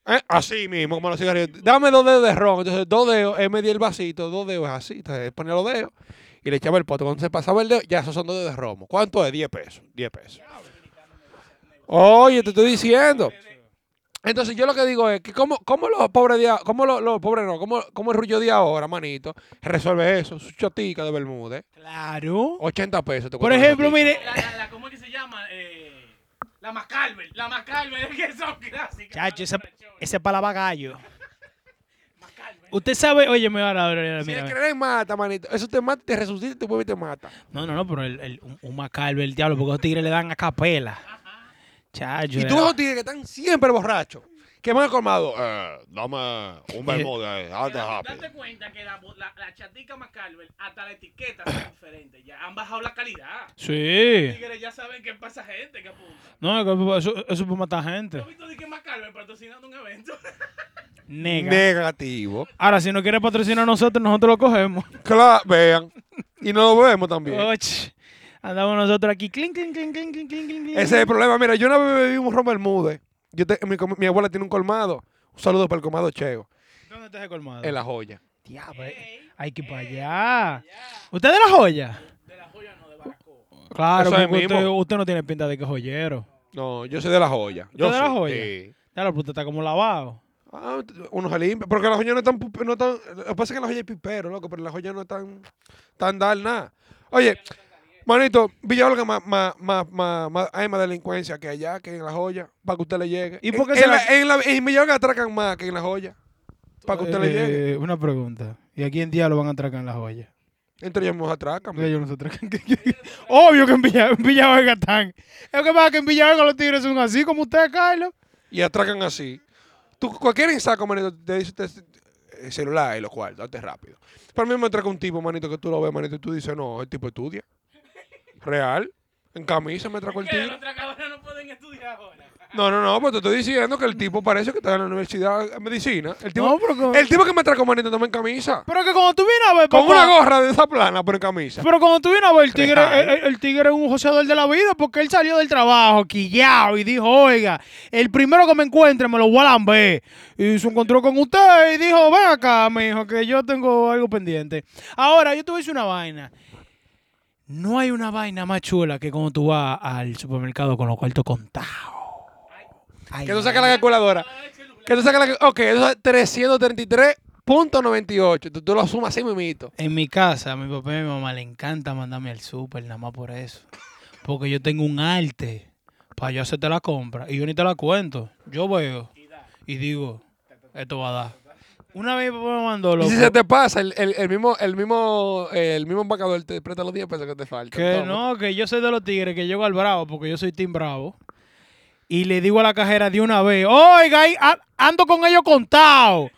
[SPEAKER 2] ¿Eh? Así mismo, como los cigarrillos. Dame dos dedos de ron. Entonces, dos dedos, él me dio el vasito, dos dedos así. Entonces, él ponía los dedos y le echaba el pote. Cuando se pasaba el dedo, ya esos son dos dedos de romo. ¿Cuánto es? 10 pesos. 10 pesos. Oye, te estoy diciendo. Entonces yo lo que digo es que cómo, cómo los pobres de ahora, cómo los, los pobres no, cómo, cómo el rullo de ahora, manito, resuelve eso, su chotica de Bermúdez,
[SPEAKER 3] Claro.
[SPEAKER 2] 80 pesos. te
[SPEAKER 3] Por
[SPEAKER 2] cuesta una
[SPEAKER 3] ejemplo,
[SPEAKER 2] chotica.
[SPEAKER 3] mire.
[SPEAKER 1] La, la- la- ¿Cómo es que se llama? Eh, la Macalver. La Macalver, es <laughs> que son clásicas.
[SPEAKER 3] Chacho, ese,
[SPEAKER 1] Son
[SPEAKER 3] ese palabra gallo.
[SPEAKER 1] Macalver.
[SPEAKER 3] Usted sabe, oye, me va a hablar.
[SPEAKER 2] Si el creen mata, manito, eso te mata, te resucita y te vuelve y te mata.
[SPEAKER 3] No, no, no, pero el, el, un, un Macalvo, el diablo, porque los tigres le dan a capela. Chacho.
[SPEAKER 2] Y
[SPEAKER 3] le
[SPEAKER 2] tú
[SPEAKER 3] dan-
[SPEAKER 2] los tigres que están siempre borrachos, que me han colmado, eh, dame un Bermúdez, date
[SPEAKER 1] Date,
[SPEAKER 2] happy.
[SPEAKER 1] date cuenta que la, bo- la, la chatica Macalver, hasta la etiqueta son diferentes. Ya han bajado la calidad. Los
[SPEAKER 3] Sí.
[SPEAKER 1] tigres ya saben que pasa gente que apunta.
[SPEAKER 3] No, es que eso, eso puede matar gente.
[SPEAKER 1] ¿Has visto de que Macalver patrocinando un evento?
[SPEAKER 3] Nega.
[SPEAKER 2] Negativo.
[SPEAKER 3] Ahora, si no quiere patrocinar a nosotros, nosotros lo cogemos.
[SPEAKER 2] Claro, vean. Y no lo vemos también.
[SPEAKER 3] Och, Andamos nosotros aquí. Clink, clink, clink, clink, clink, clink, clink.
[SPEAKER 2] Ese es el problema. Mira, yo una vez bebí un ron bermúdez. Yo te- mi, com- mi abuela tiene un colmado. Un saludo para el colmado Cheo.
[SPEAKER 3] ¿Dónde está ese colmado?
[SPEAKER 2] En la joya.
[SPEAKER 3] Diablo, eh. hay que ir para allá. ¿Usted es de la joya?
[SPEAKER 1] De la joya no, de Baracoa.
[SPEAKER 3] Claro,
[SPEAKER 2] Eso es
[SPEAKER 3] porque usted,
[SPEAKER 2] mismo.
[SPEAKER 3] usted no tiene pinta de que es joyero.
[SPEAKER 2] No, yo soy de la joya. Yo
[SPEAKER 3] ¿Usted de la
[SPEAKER 2] sí,
[SPEAKER 3] joya?
[SPEAKER 2] sí.
[SPEAKER 3] Claro, pero usted está como lavado.
[SPEAKER 2] Ah, t- uno se limpia. Porque la joya no es tan. pu- No tan lo que pasa es que la joya es pipero, loco. Pero la joya no es tan. Tan dar nada. Oye, manito, Villa Olga más, más, más, más, más- hay más delincuencia que allá, que en la joya. Para que usted le llegue.
[SPEAKER 3] ¿Y por qué
[SPEAKER 2] en,
[SPEAKER 3] se
[SPEAKER 2] en
[SPEAKER 3] la-
[SPEAKER 2] la- en la- en Villa Olga atracan más que en la joya. Para que usted le llegue.
[SPEAKER 3] Eh, Una pregunta. ¿Y aquí en día lo van a atracar en la joya?
[SPEAKER 2] Entre ellos nos atracan.
[SPEAKER 3] Ellos no se atracan. <laughs> Obvio que en Villa, en Villa Vega están. Es que pasa que en Villa Vega los tigres son así como usted, Carlos.
[SPEAKER 2] y atracan así. Tú, cualquier ensaco, manito, te dice te- eh, celular y lo cual, date rápido. Para mí me atraca un tipo, manito, que tú lo ves, manito, y tú dices, no, el tipo estudia. Real. En camisa me atracó el
[SPEAKER 1] ¿Qué? Los
[SPEAKER 2] tipo.
[SPEAKER 1] tracadores no pueden estudiar ahora.
[SPEAKER 2] No, no, no, pues te estoy diciendo que el tipo parece que está en la universidad de medicina. El tipo,
[SPEAKER 3] No, pero que-
[SPEAKER 2] el tipo que me atracó, manito, toma en camisa.
[SPEAKER 3] Pero que cuando tú vienes a ver,
[SPEAKER 2] Con
[SPEAKER 3] papá,
[SPEAKER 2] una gorra de esa plana, pero en camisa.
[SPEAKER 3] Pero cuando tú vienes a ver, el tigre,
[SPEAKER 2] Real.
[SPEAKER 3] el, el- el tigre es un joseador de la vida porque él salió del trabajo quillao y dijo, oiga, el primero que me encuentre me lo voy a lamber. Y se encontró con usted y dijo, ven acá, mijo, que yo tengo algo pendiente. Ahora, yo te voy a decir una vaina. No hay una vaina más chula que cuando tú vas al supermercado con los cuartos contados. Ay,
[SPEAKER 2] Que tú sacas la calculadora. Que tú sacas la Ok, eso es 333.98. Tú, tú lo sumas así, mimito.
[SPEAKER 3] En mi casa, a mi papá y a mi mamá le encanta mandarme al súper, nada más por eso. Porque yo tengo un arte para yo hacerte la compra y yo ni te la cuento. Yo veo y digo, esto va a dar. Una vez mi papá me mandó
[SPEAKER 2] Y
[SPEAKER 3] loco,
[SPEAKER 2] si se te pasa, el, el- el mismo, el mismo, eh, el mismo empacador te presta los 10 pesos que te faltan.
[SPEAKER 3] que
[SPEAKER 2] Toma.
[SPEAKER 3] no, que yo soy de los tigres, que llego al bravo, porque yo soy team bravo. Y le digo a la cajera de una vez, oiga, ahí a- ando con ellos contado.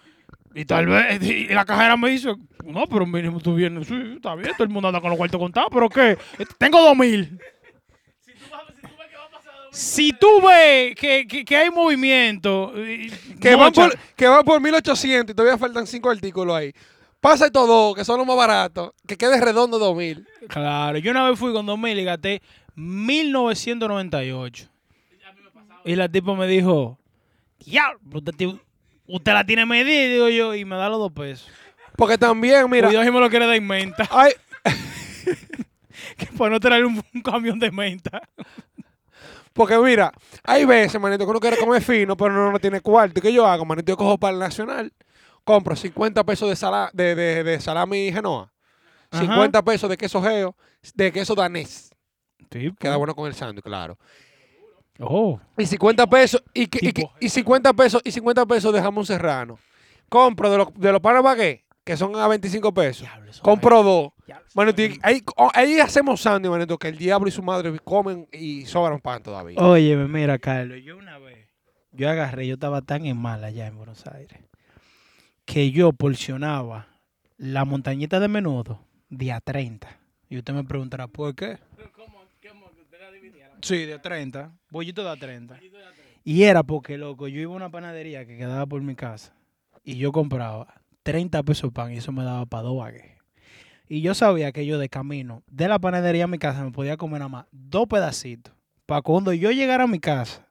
[SPEAKER 3] Y tal vez, <laughs> y la cajera me dice, no, pero mínimo tú vienes, sí, está bien, todo el mundo anda con los cuartos contados, pero ¿qué? Tengo dos mil.
[SPEAKER 1] Si tú, vas, si tú ves que va a pasar domingo,
[SPEAKER 3] Si tú ves que, que- que hay movimiento, y-
[SPEAKER 2] Que van,
[SPEAKER 3] mocha,
[SPEAKER 2] por, que van por 1800 y todavía faltan 5 artículos ahí. Pasa estos dos, que son los más baratos, que quede redondo 2000.
[SPEAKER 3] Claro, yo una vez fui con 2000 y gasté 1998. Y la tipo me dijo, diablo, usted, ti- usted la tiene medida, y digo yo, y me da los dos pesos.
[SPEAKER 2] Porque también, mira,
[SPEAKER 3] Cuidado si me lo quiere dar en menta, <laughs>
[SPEAKER 2] hay,
[SPEAKER 3] que para no traer un, un camión de menta.
[SPEAKER 2] porque mira, hay veces, manito, que uno quiere comer fino, pero no, no tiene cuarto. ¿Y qué yo hago, manito? Yo cojo para el Nacional, compro 50 pesos de, sala, de, de, de salami genoa,
[SPEAKER 3] Ajá.
[SPEAKER 2] 50 pesos de queso geo, de queso danés.
[SPEAKER 3] Tipo.
[SPEAKER 2] Queda bueno con el sándwich, claro.
[SPEAKER 3] Oh.
[SPEAKER 2] Y 50 pesos, y, que- y que-
[SPEAKER 3] Tipo.
[SPEAKER 2] y 50 pesos, y 50 pesos de jamón serrano. Compro de los, de los panes bagué, que son a 25 pesos.
[SPEAKER 3] Diablo, eso
[SPEAKER 2] Compro dos.
[SPEAKER 3] Diablo, eso
[SPEAKER 2] Manito, y ahí, oh, ahí hacemos sándwich, manito, que el diablo y su madre comen y sobran pan todavía.
[SPEAKER 3] Oye, mira, Carlos, yo una vez, yo agarré, yo estaba tan en mala allá en Buenos Aires, que yo porcionaba la montañita de menudo de a 30. Y usted me preguntará, ¿por qué?
[SPEAKER 1] ¿cómo, cómo que usted la dividía? La-
[SPEAKER 3] Sí, de a 30. Bollito de a 30. Y era porque, loco, yo iba a una panadería que quedaba por mi casa y yo compraba 30 pesos de pan y eso me daba para dos baguettes. Y yo sabía que yo de camino de la panadería a mi casa me podía comer nada más dos pedacitos para cuando yo llegara a mi casa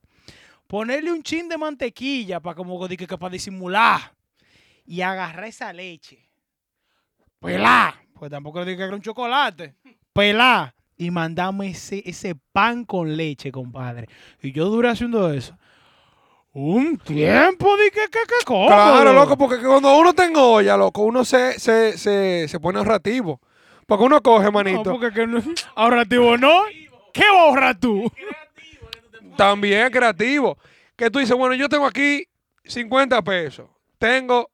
[SPEAKER 3] ponerle un chin de mantequilla para como que, que para disimular y agarrar esa leche. Pelá. Pues tampoco le dije que era un chocolate. Pelá. Y mandarme ese, ese pan con leche, compadre. Y yo duré haciendo eso. Un tiempo de que, que, que cómodo.
[SPEAKER 2] Claro, loco, porque que cuando uno tenga olla, loco, uno se, se, se, se pone ahorrativo. Porque uno coge,
[SPEAKER 3] No,
[SPEAKER 2] manito.
[SPEAKER 3] porque que no- ahorrativo no. ¿Qué borra tú?
[SPEAKER 2] También creativo. Que tú dices, bueno, yo tengo aquí 50 pesos. Tengo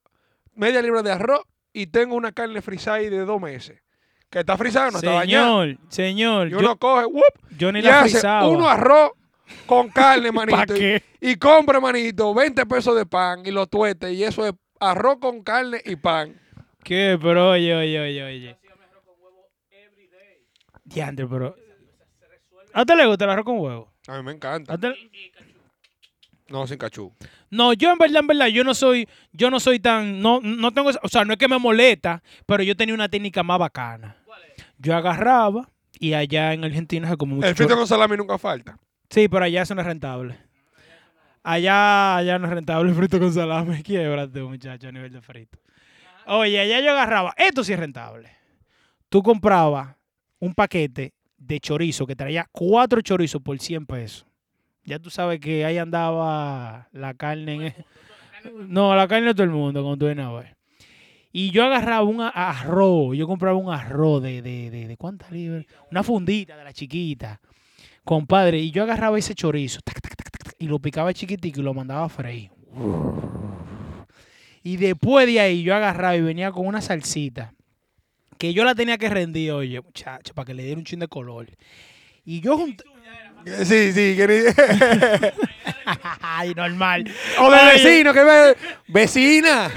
[SPEAKER 2] media libra de arroz y tengo una carne frisada ahí de dos meses. Que está frisada, no está bañada.
[SPEAKER 3] Señor, señor,
[SPEAKER 2] Y
[SPEAKER 3] yo,
[SPEAKER 2] uno coge, ¡wup!
[SPEAKER 3] yo ni
[SPEAKER 2] y
[SPEAKER 3] la
[SPEAKER 2] hace
[SPEAKER 3] frisaba.
[SPEAKER 2] uno arroz
[SPEAKER 3] <laughs>
[SPEAKER 2] con carne, manito.
[SPEAKER 3] ¿Pa'
[SPEAKER 2] y-
[SPEAKER 3] qué?
[SPEAKER 2] Y, compra, manito, 20 pesos de pan y lo tuete. Y eso es arroz con carne y pan.
[SPEAKER 3] ¿Qué? Pero oye, oye, oye, oye. Diantre, pero... ¿A usted le gusta el arroz con huevo?
[SPEAKER 2] A mí me
[SPEAKER 3] ¿A
[SPEAKER 2] encanta.
[SPEAKER 3] usted-
[SPEAKER 2] No, sin cachú.
[SPEAKER 3] No, yo en verdad, en verdad, yo no soy, yo no soy tan, no, no tengo, esa- o sea, no es que me molesta, pero yo tenía una técnica más bacana. Yo agarraba y allá en Argentina se come mucho.
[SPEAKER 2] El frito
[SPEAKER 3] chor-
[SPEAKER 2] con salami nunca falta.
[SPEAKER 3] Sí, pero allá eso no es rentable. Allá, allá no es rentable el frito con salame. <laughs> Quiebrate, muchacho, a nivel de frito. Oye, allá yo agarraba. Esto sí es rentable. Tú comprabas un paquete de chorizo que traía cuatro chorizos por 100 pesos. Ya tú sabes que ahí andaba la carne. en- No, la carne de todo el mundo, cuando tú vienes a ver. Y yo agarraba un a- arroz. Yo compraba un arroz de, de, de, de cuántas libras. Una fundita de la chiquita. Compadre, y yo agarraba ese chorizo tac, tac, tac, tac, tac, y lo picaba chiquitico y lo mandaba a freír. Y después de ahí yo agarraba y venía con una salsita que yo la tenía que rendir, oye, muchacho, para que le diera un chin de color. Y yo junté.
[SPEAKER 2] Eh, Sí, sí. que ni-
[SPEAKER 3] Ay, normal.
[SPEAKER 2] <laughs> o de
[SPEAKER 3] Oye,
[SPEAKER 2] vecino, que ve.
[SPEAKER 3] <laughs>
[SPEAKER 2] Vecina.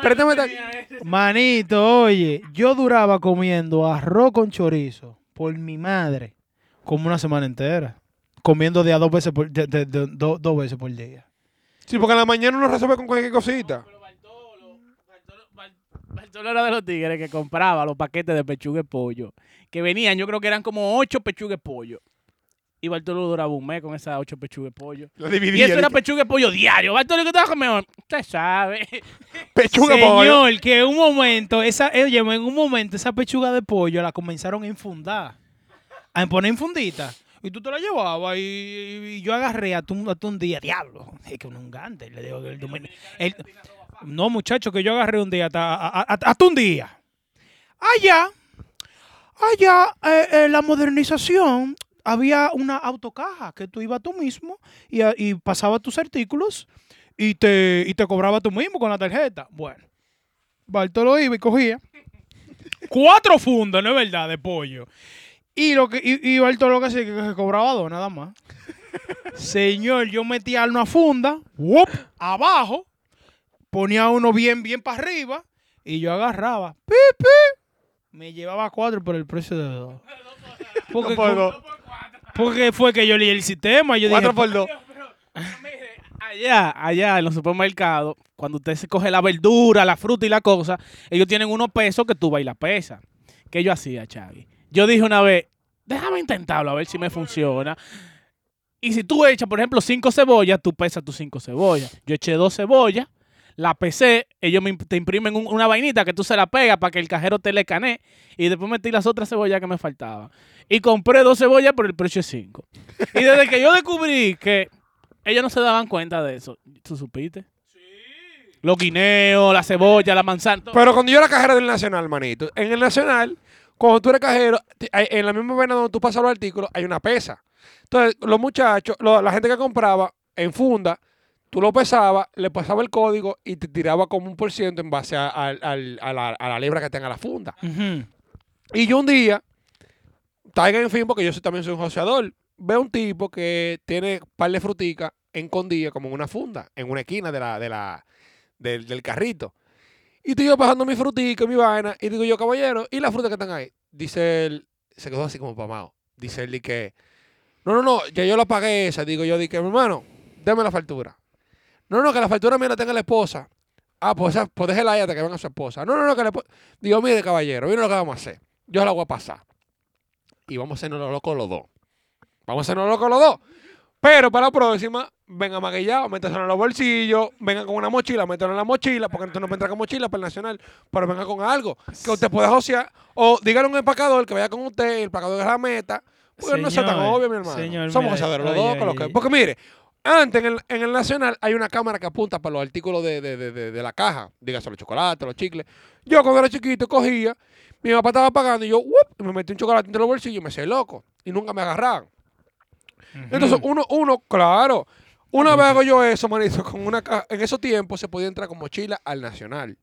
[SPEAKER 2] Préstame esta-
[SPEAKER 3] Manito, oye, yo duraba comiendo arroz con chorizo por mi madre como una semana entera. Comiendo de a dos veces por, de- de- de- do- dos veces por día.
[SPEAKER 2] Sí, porque en la mañana uno resuelve con cualquier cosita.
[SPEAKER 1] Bartolo, Bartolo, Bar- Bartolo era de los tigres que compraba los paquetes de pechuga de pollo. Que venían, yo creo que eran como ocho pechugas de pollo. Y Bartolo duraba un mes con esas ocho pechugas de pollo.
[SPEAKER 2] Lo
[SPEAKER 1] Y
[SPEAKER 2] dividí.
[SPEAKER 1] eso era pechuga de pollo diario. Bartolo, ¿qué te vas a comer? Usted sabe.
[SPEAKER 2] pechuga pollo.
[SPEAKER 3] Señor, que en un momento, esa, oye, en un momento esa pechuga de pollo la comenzaron a infundar. A poner en fundita. Y tú te la llevabas y, y yo agarré a tu, a tu un día, diablo. Es que un gante. Le digo que el domin- el- no, muchacho, que yo agarré un día, hasta, a- a- hasta un día. Allá, allá, eh, eh, la modernización, había una autocaja que tú ibas tú mismo y, a- y pasabas tus artículos y te, y te cobraba tú mismo con la tarjeta. Bueno, Bartolo iba y cogía cuatro fundas, no es verdad, de pollo. Y, lo que, y, y Bartolo que se, que se cobraba dos nada más. Señor, yo metía una funda, ¡wop! abajo, ponía uno bien, bien para arriba y yo agarraba, ¡pi, pi! Me llevaba cuatro por el precio de dos. Porque,
[SPEAKER 2] por <laughs> dos.
[SPEAKER 3] porque fue que yo leí el sistema. Yo
[SPEAKER 2] Cuatro
[SPEAKER 3] dije,
[SPEAKER 2] por dos.
[SPEAKER 1] Allá, allá en los supermercados, cuando usted se coge la verdura, la fruta y la cosa, ellos tienen unos pesos que tú vas y la pesa. ¿Qué yo hacía, Chavi? Yo dije una vez, déjame intentarlo a ver si me funciona. Y si tú echas, por ejemplo, cinco cebollas, tú pesas tus cinco cebollas. Yo eché dos cebollas, la pesé, ellos me, imp- te imprimen un- una vainita que tú se la pegas para que el cajero te le canee. Y después metí las otras cebollas que me faltaban. Y compré dos cebollas por el precio de cinco. Y desde que yo descubrí que ellos no se daban cuenta de eso, ¿tú supiste? Sí. Los guineos, la cebolla, la manzana. todo.
[SPEAKER 2] Pero cuando yo era cajero del Nacional, manito, en el Nacional, cuando tú eres cajero, ti- hay- en la misma vaina donde tú pasas los artículos, hay una pesa. Entonces, los muchachos, lo- la gente que compraba en funda, tú lo pesabas, le pasaba el código y te tiraba como un por ciento en base a, al- al- a la, a la libra que tenga la funda.
[SPEAKER 3] "Ujú".
[SPEAKER 2] Y yo un día, taiga en fin, porque yo soy- también soy un joseador, veo un tipo que tiene par de fruticas escondidas como en una funda, en una esquina de la, de la, del, del carrito. Y estoy yo pasando mi frutica, mi vaina, y digo yo, caballero, ¿y las frutas que están ahí? Dice él, se quedó así como pamado. Dice él, di que, no, no, no, ya yo la pagué esa. Digo yo, di que, mi hermano, deme la factura. No, no, que la factura mía la tenga la esposa. Ah, pues, esa- pues déjela ahí hasta que venga su esposa. No, no, no, que la esposa. Digo, mire, caballero, mire lo que vamos a hacer yo la voy a pasar. Y vamos a hacernos locos los dos. Vamos a hacernos locos los dos. Pero para la próxima, venga maquillado, métaselo en los bolsillos, venga con una mochila, mételo en la mochila, porque entonces no puede entrar con mochila para el nacional, pero venga con algo que usted pueda josear. O dígale a un empacador que vaya con usted, el empacador que es la meta. Porque no sea tan
[SPEAKER 3] Señor,
[SPEAKER 2] obvio, mi hermano.
[SPEAKER 3] señor,
[SPEAKER 2] Somos
[SPEAKER 3] mira,
[SPEAKER 2] joseadores los
[SPEAKER 3] oye,
[SPEAKER 2] dos. con lo que-
[SPEAKER 3] oye.
[SPEAKER 2] Porque mire, Antes, en el, en el Nacional, hay una cámara que apunta para los artículos de, de- de- de- de la caja. Dígase los chocolates, los chicles. Yo, cuando era chiquito, cogía. Mi papá estaba pagando y yo, ¡wup! y me metí un chocolate entre los bolsillos y me hice loco. Y nunca me agarraban. Entonces, uno, uno, claro. Una vez hago yo eso, manito, con una caja. En esos tiempos se podía entrar con mochila al Nacional.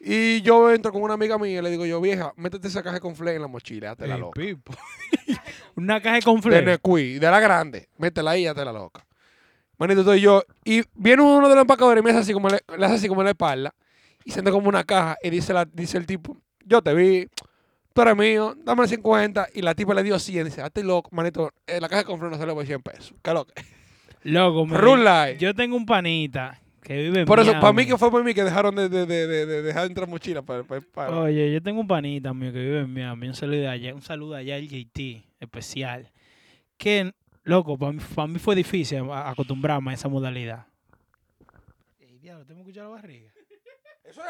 [SPEAKER 2] Y yo entro con una amiga mía y le digo yo, vieja, métete esa caja con fle en la mochila, hazte la
[SPEAKER 3] Ey,
[SPEAKER 2] loca.
[SPEAKER 3] Pipo. <laughs> Una caja de confle.
[SPEAKER 2] De Necuí, de la grande. Métela ahí, hazte la loca. Manito, estoy yo. Y viene uno de los empacadores y me hace así como le, le hace así como en la espalda. Y siente como una caja. Y dice, la, dice el tipo, yo te vi, tú eres mío, dame el 50. Y la tipa le dio 100. Dice, hazte loco, manito, eh, la caja con fle no sale por 100 pesos. Qué loca.
[SPEAKER 3] Loco, me-
[SPEAKER 2] Rule life.
[SPEAKER 3] Yo tengo un panita que vive en
[SPEAKER 2] Por eso, para mí
[SPEAKER 3] Miami.
[SPEAKER 2] que fue por mí que dejaron de, de- de- de- de dejar entrar mochila. Para, para, para-
[SPEAKER 3] Oye, yo tengo un panita mío que vive en Miami. Un saludo allá, un saludo allá al JT especial. Que, loco, para mí, pa' mí fue difícil a- acostumbrarme a esa modalidad. Ey, diablo, ¿te me escucha la barriga? Eso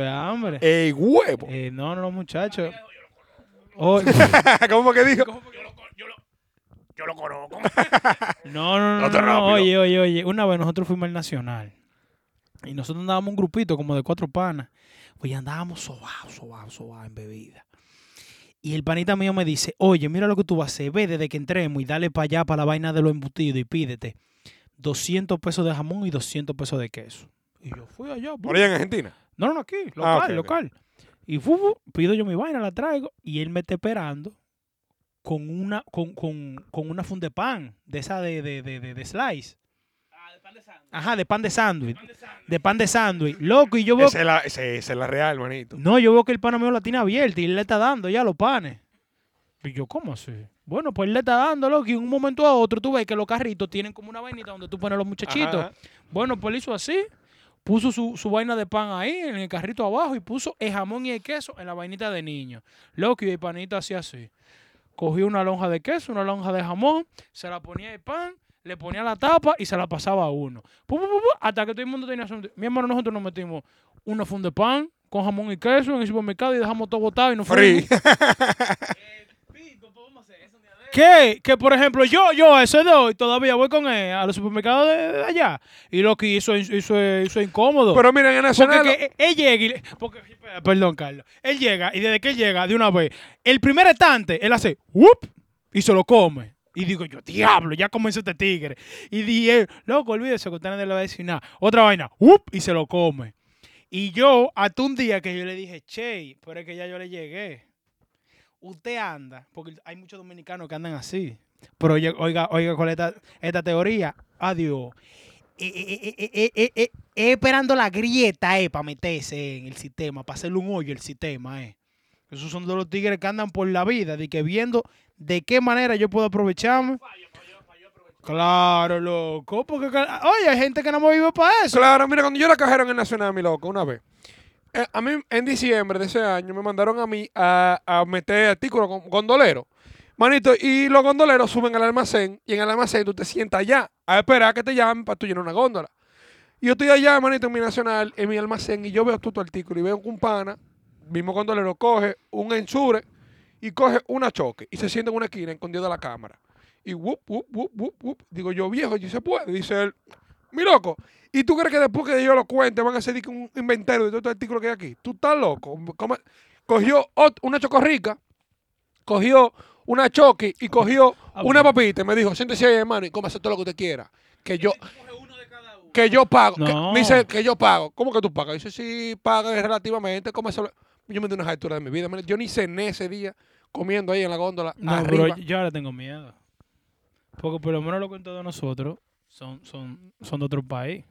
[SPEAKER 3] es hambre.
[SPEAKER 2] ¡Ey, huevo!
[SPEAKER 3] Eh, no, no, muchachos. Oye,
[SPEAKER 2] <laughs> ¿Cómo que dijo?
[SPEAKER 1] Yo lo conozco.
[SPEAKER 3] No, no, no,
[SPEAKER 2] No te
[SPEAKER 3] no, no,
[SPEAKER 2] rápido.
[SPEAKER 3] Oye, oye, oye. Una vez nosotros fuimos al Nacional. Y nosotros andábamos un grupito como de cuatro panas. Oye, andábamos sobados, sobados, sobados en bebida. Y el panita mío me dice, oye, mira lo que tú vas a hacer. Ve desde que entremos y dale para allá, para la vaina de lo embutido y pídete 200 pesos de jamón y 200 pesos de queso. Y yo fui allá.
[SPEAKER 2] Por
[SPEAKER 3] bu-
[SPEAKER 2] allá en Argentina.
[SPEAKER 3] no, no, aquí, local,
[SPEAKER 2] Ah, ok, ok.
[SPEAKER 3] local. Y fu, fu, pido yo mi vaina, la traigo, y él me está esperando con una, con, con, con una funda de pan, de esa de, de, de, de, de slice. Ajá, de Ah, pan de sándwich. De pan de sándwich. Loco, y yo veo.
[SPEAKER 2] Esa es, la, esa es- esa es la real, manito.
[SPEAKER 3] No, yo veo que el pana mío la tiene abierta y él le está dando ya los panes. Y yo, ¿cómo así? Bueno, pues él le está dando, loco, y en un momento a otro tú ves que los carritos tienen como una vainita donde tú pones los muchachitos.
[SPEAKER 2] Ajá.
[SPEAKER 3] Bueno, pues él hizo así, puso su, su vaina de pan ahí, en el carrito abajo, y puso el jamón y el queso en la vainita de niño. Loco, y el panito hacía así. Cogió una lonja de queso, una lonja de jamón, se la ponía el pan, le ponía la tapa y se la pasaba a uno. Pu, pu, pu, pu, hasta que todo el mundo tenía su... Mi hermano, nosotros nos metimos una funda de pan con jamón y queso en el supermercado y dejamos todo botado y nos
[SPEAKER 2] Free.
[SPEAKER 3] fuimos.
[SPEAKER 2] <laughs>
[SPEAKER 3] ¿Qué? Que por ejemplo, yo, yo, ese de hoy, todavía voy con él a los supermercados de, de allá. Y lo que hizo, hizo, hizo, hizo incómodo.
[SPEAKER 2] Pero mira, en el
[SPEAKER 3] porque
[SPEAKER 2] Nacional.
[SPEAKER 3] que él, él llega y le- porque, espera, Perdón, Carlos. Él llega y desde que él llega, de una vez, el primer estante, él hace ¡Whoop! Y se lo come. Y digo yo, diablo, ya comenzó este tigre. Y dije, loco, olvídese que usted no le va a decir nada. Otra vaina, ¡Whoop! Y se lo come. Y yo, hasta un día que yo le dije, che, pero es que ya yo le llegué. Usted anda, porque hay muchos dominicanos que andan así. Pero oye, oiga, oiga, con esta, esta teoría, adiós. Eh, eh, eh, eh, eh, eh, eh, esperando la grieta, eh, para meterse en el sistema, para hacerle un hoyo el sistema, eh. Esos son de los tigres que andan por la vida, de que viendo de qué manera yo puedo aprovecharme. Claro, loco, porque ca- oye, hay gente que no me vive para eso.
[SPEAKER 2] Claro, mira, cuando yo la cajera en el Nacional, mi loco, una vez. eh, a mí, en diciembre de ese año, me mandaron a mí a, a meter artículos con gondoleros. Manito, y los gondoleros suben al almacén. Y en el almacén tú te sientas allá a esperar que te llamen para tú llenar una góndola. Y yo estoy allá, manito, en mi Nacional, en mi almacén. Y yo veo todo tu artículo. Y veo que un pana, mismo gondolero, coge un ensure y coge una choque. Y se sienta en una esquina, escondido de la cámara. Y whoop, whoop, whoop, whoop, whoop. Digo yo, viejo, ¿y se puede? Dice él, mi loco, ¿y tú crees que después que yo lo cuente van a hacer dique, un inventario de todo este artículo que hay aquí? Tú estás loco. Come- Cogió ot- una chocorrica, cogió una choqui y cogió una papita. Y me dijo, siéntese ahí, hermano, y cómase todo lo que usted quiera. Que yo... Que yo pago. que-
[SPEAKER 3] No.
[SPEAKER 2] me dice que yo pago. ¿Cómo que tú pagas? Dice, sí, pagas relativamente. Cómase lo- Yo me di una alturas de mi vida. mira, Yo ni cené ese día comiendo ahí en la góndola.
[SPEAKER 3] No,
[SPEAKER 2] arriba.
[SPEAKER 3] pero yo ahora tengo miedo. Porque por lo menos lo cuento de nosotros son, son, son de otro país.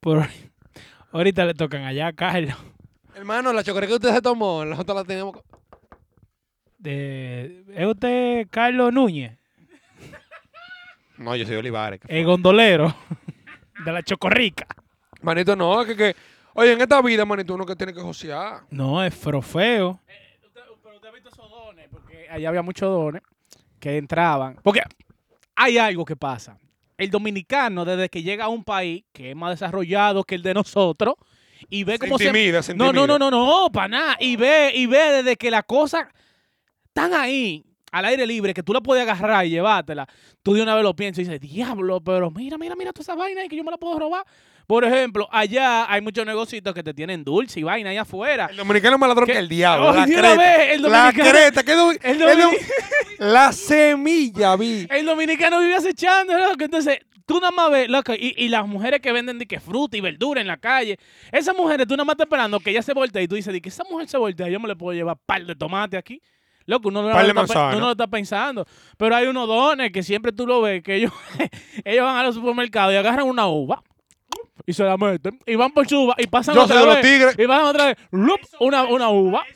[SPEAKER 3] Pero <laughs> ahorita le tocan allá a Carlos.
[SPEAKER 2] Hermano, la chocorrica que usted se tomó, nosotros la tenemos... co-
[SPEAKER 3] de- ¿Es usted Carlos Núñez?
[SPEAKER 2] No, yo soy Olivares.
[SPEAKER 3] El gondolero <laughs> de la Chocorrica.
[SPEAKER 2] Manito, no, que, que. Oye, en esta vida, manito, uno que tiene que josear.
[SPEAKER 3] No, es Frofeo.
[SPEAKER 1] Pero usted ha visto esos dones, porque allá había muchos dones que entraban. Porque hay algo que pasa. El dominicano, desde que llega a un país que es más desarrollado que el de nosotros, y ve
[SPEAKER 2] Se
[SPEAKER 1] cómo se
[SPEAKER 2] intimida, se
[SPEAKER 1] No,
[SPEAKER 2] intimida.
[SPEAKER 1] no, no, no, no, para nada. Y ve, y ve desde que las cosas están ahí. al aire libre, que tú la puedes agarrar y llevártela, tú de una vez lo piensas y dices, diablo, pero mira, mira, mira toda esa vaina y que yo me la puedo robar. Por ejemplo, allá hay muchos negocios que te tienen dulce y vaina allá afuera.
[SPEAKER 2] El dominicano es más ladrón
[SPEAKER 1] ¿Qué?
[SPEAKER 2] que el diablo.
[SPEAKER 1] Oye,
[SPEAKER 2] la
[SPEAKER 1] de una
[SPEAKER 2] creta.
[SPEAKER 1] vez, el
[SPEAKER 2] la
[SPEAKER 1] dominicano-
[SPEAKER 2] creta. que du-
[SPEAKER 1] el Eh,
[SPEAKER 2] que du-
[SPEAKER 1] domini-
[SPEAKER 2] la semilla, vi.
[SPEAKER 1] El dominicano vive acechando, loco. Entonces, tú nada más ves, loco, y, y las mujeres que venden de que fruta y verdura en la calle, esas mujeres tú nada más estás esperando que ella se voltee y tú dices, de que esa mujer se voltea, yo me le puedo llevar par de tomate aquí. Loco, uno no, lo
[SPEAKER 2] Par de
[SPEAKER 1] está, pe-
[SPEAKER 2] manzana.
[SPEAKER 1] uno lo está pensando. Pero hay unos dones que siempre tú lo ves, que ellos, <laughs> ellos van a los supermercados y agarran una uva. Y se la meten. Y van por su uva. Y pasan
[SPEAKER 2] Yo soy
[SPEAKER 1] otra
[SPEAKER 2] de
[SPEAKER 1] vez.
[SPEAKER 2] los tigres.
[SPEAKER 1] Y pasan otra vez. ¡lup! Una, una uva.
[SPEAKER 3] A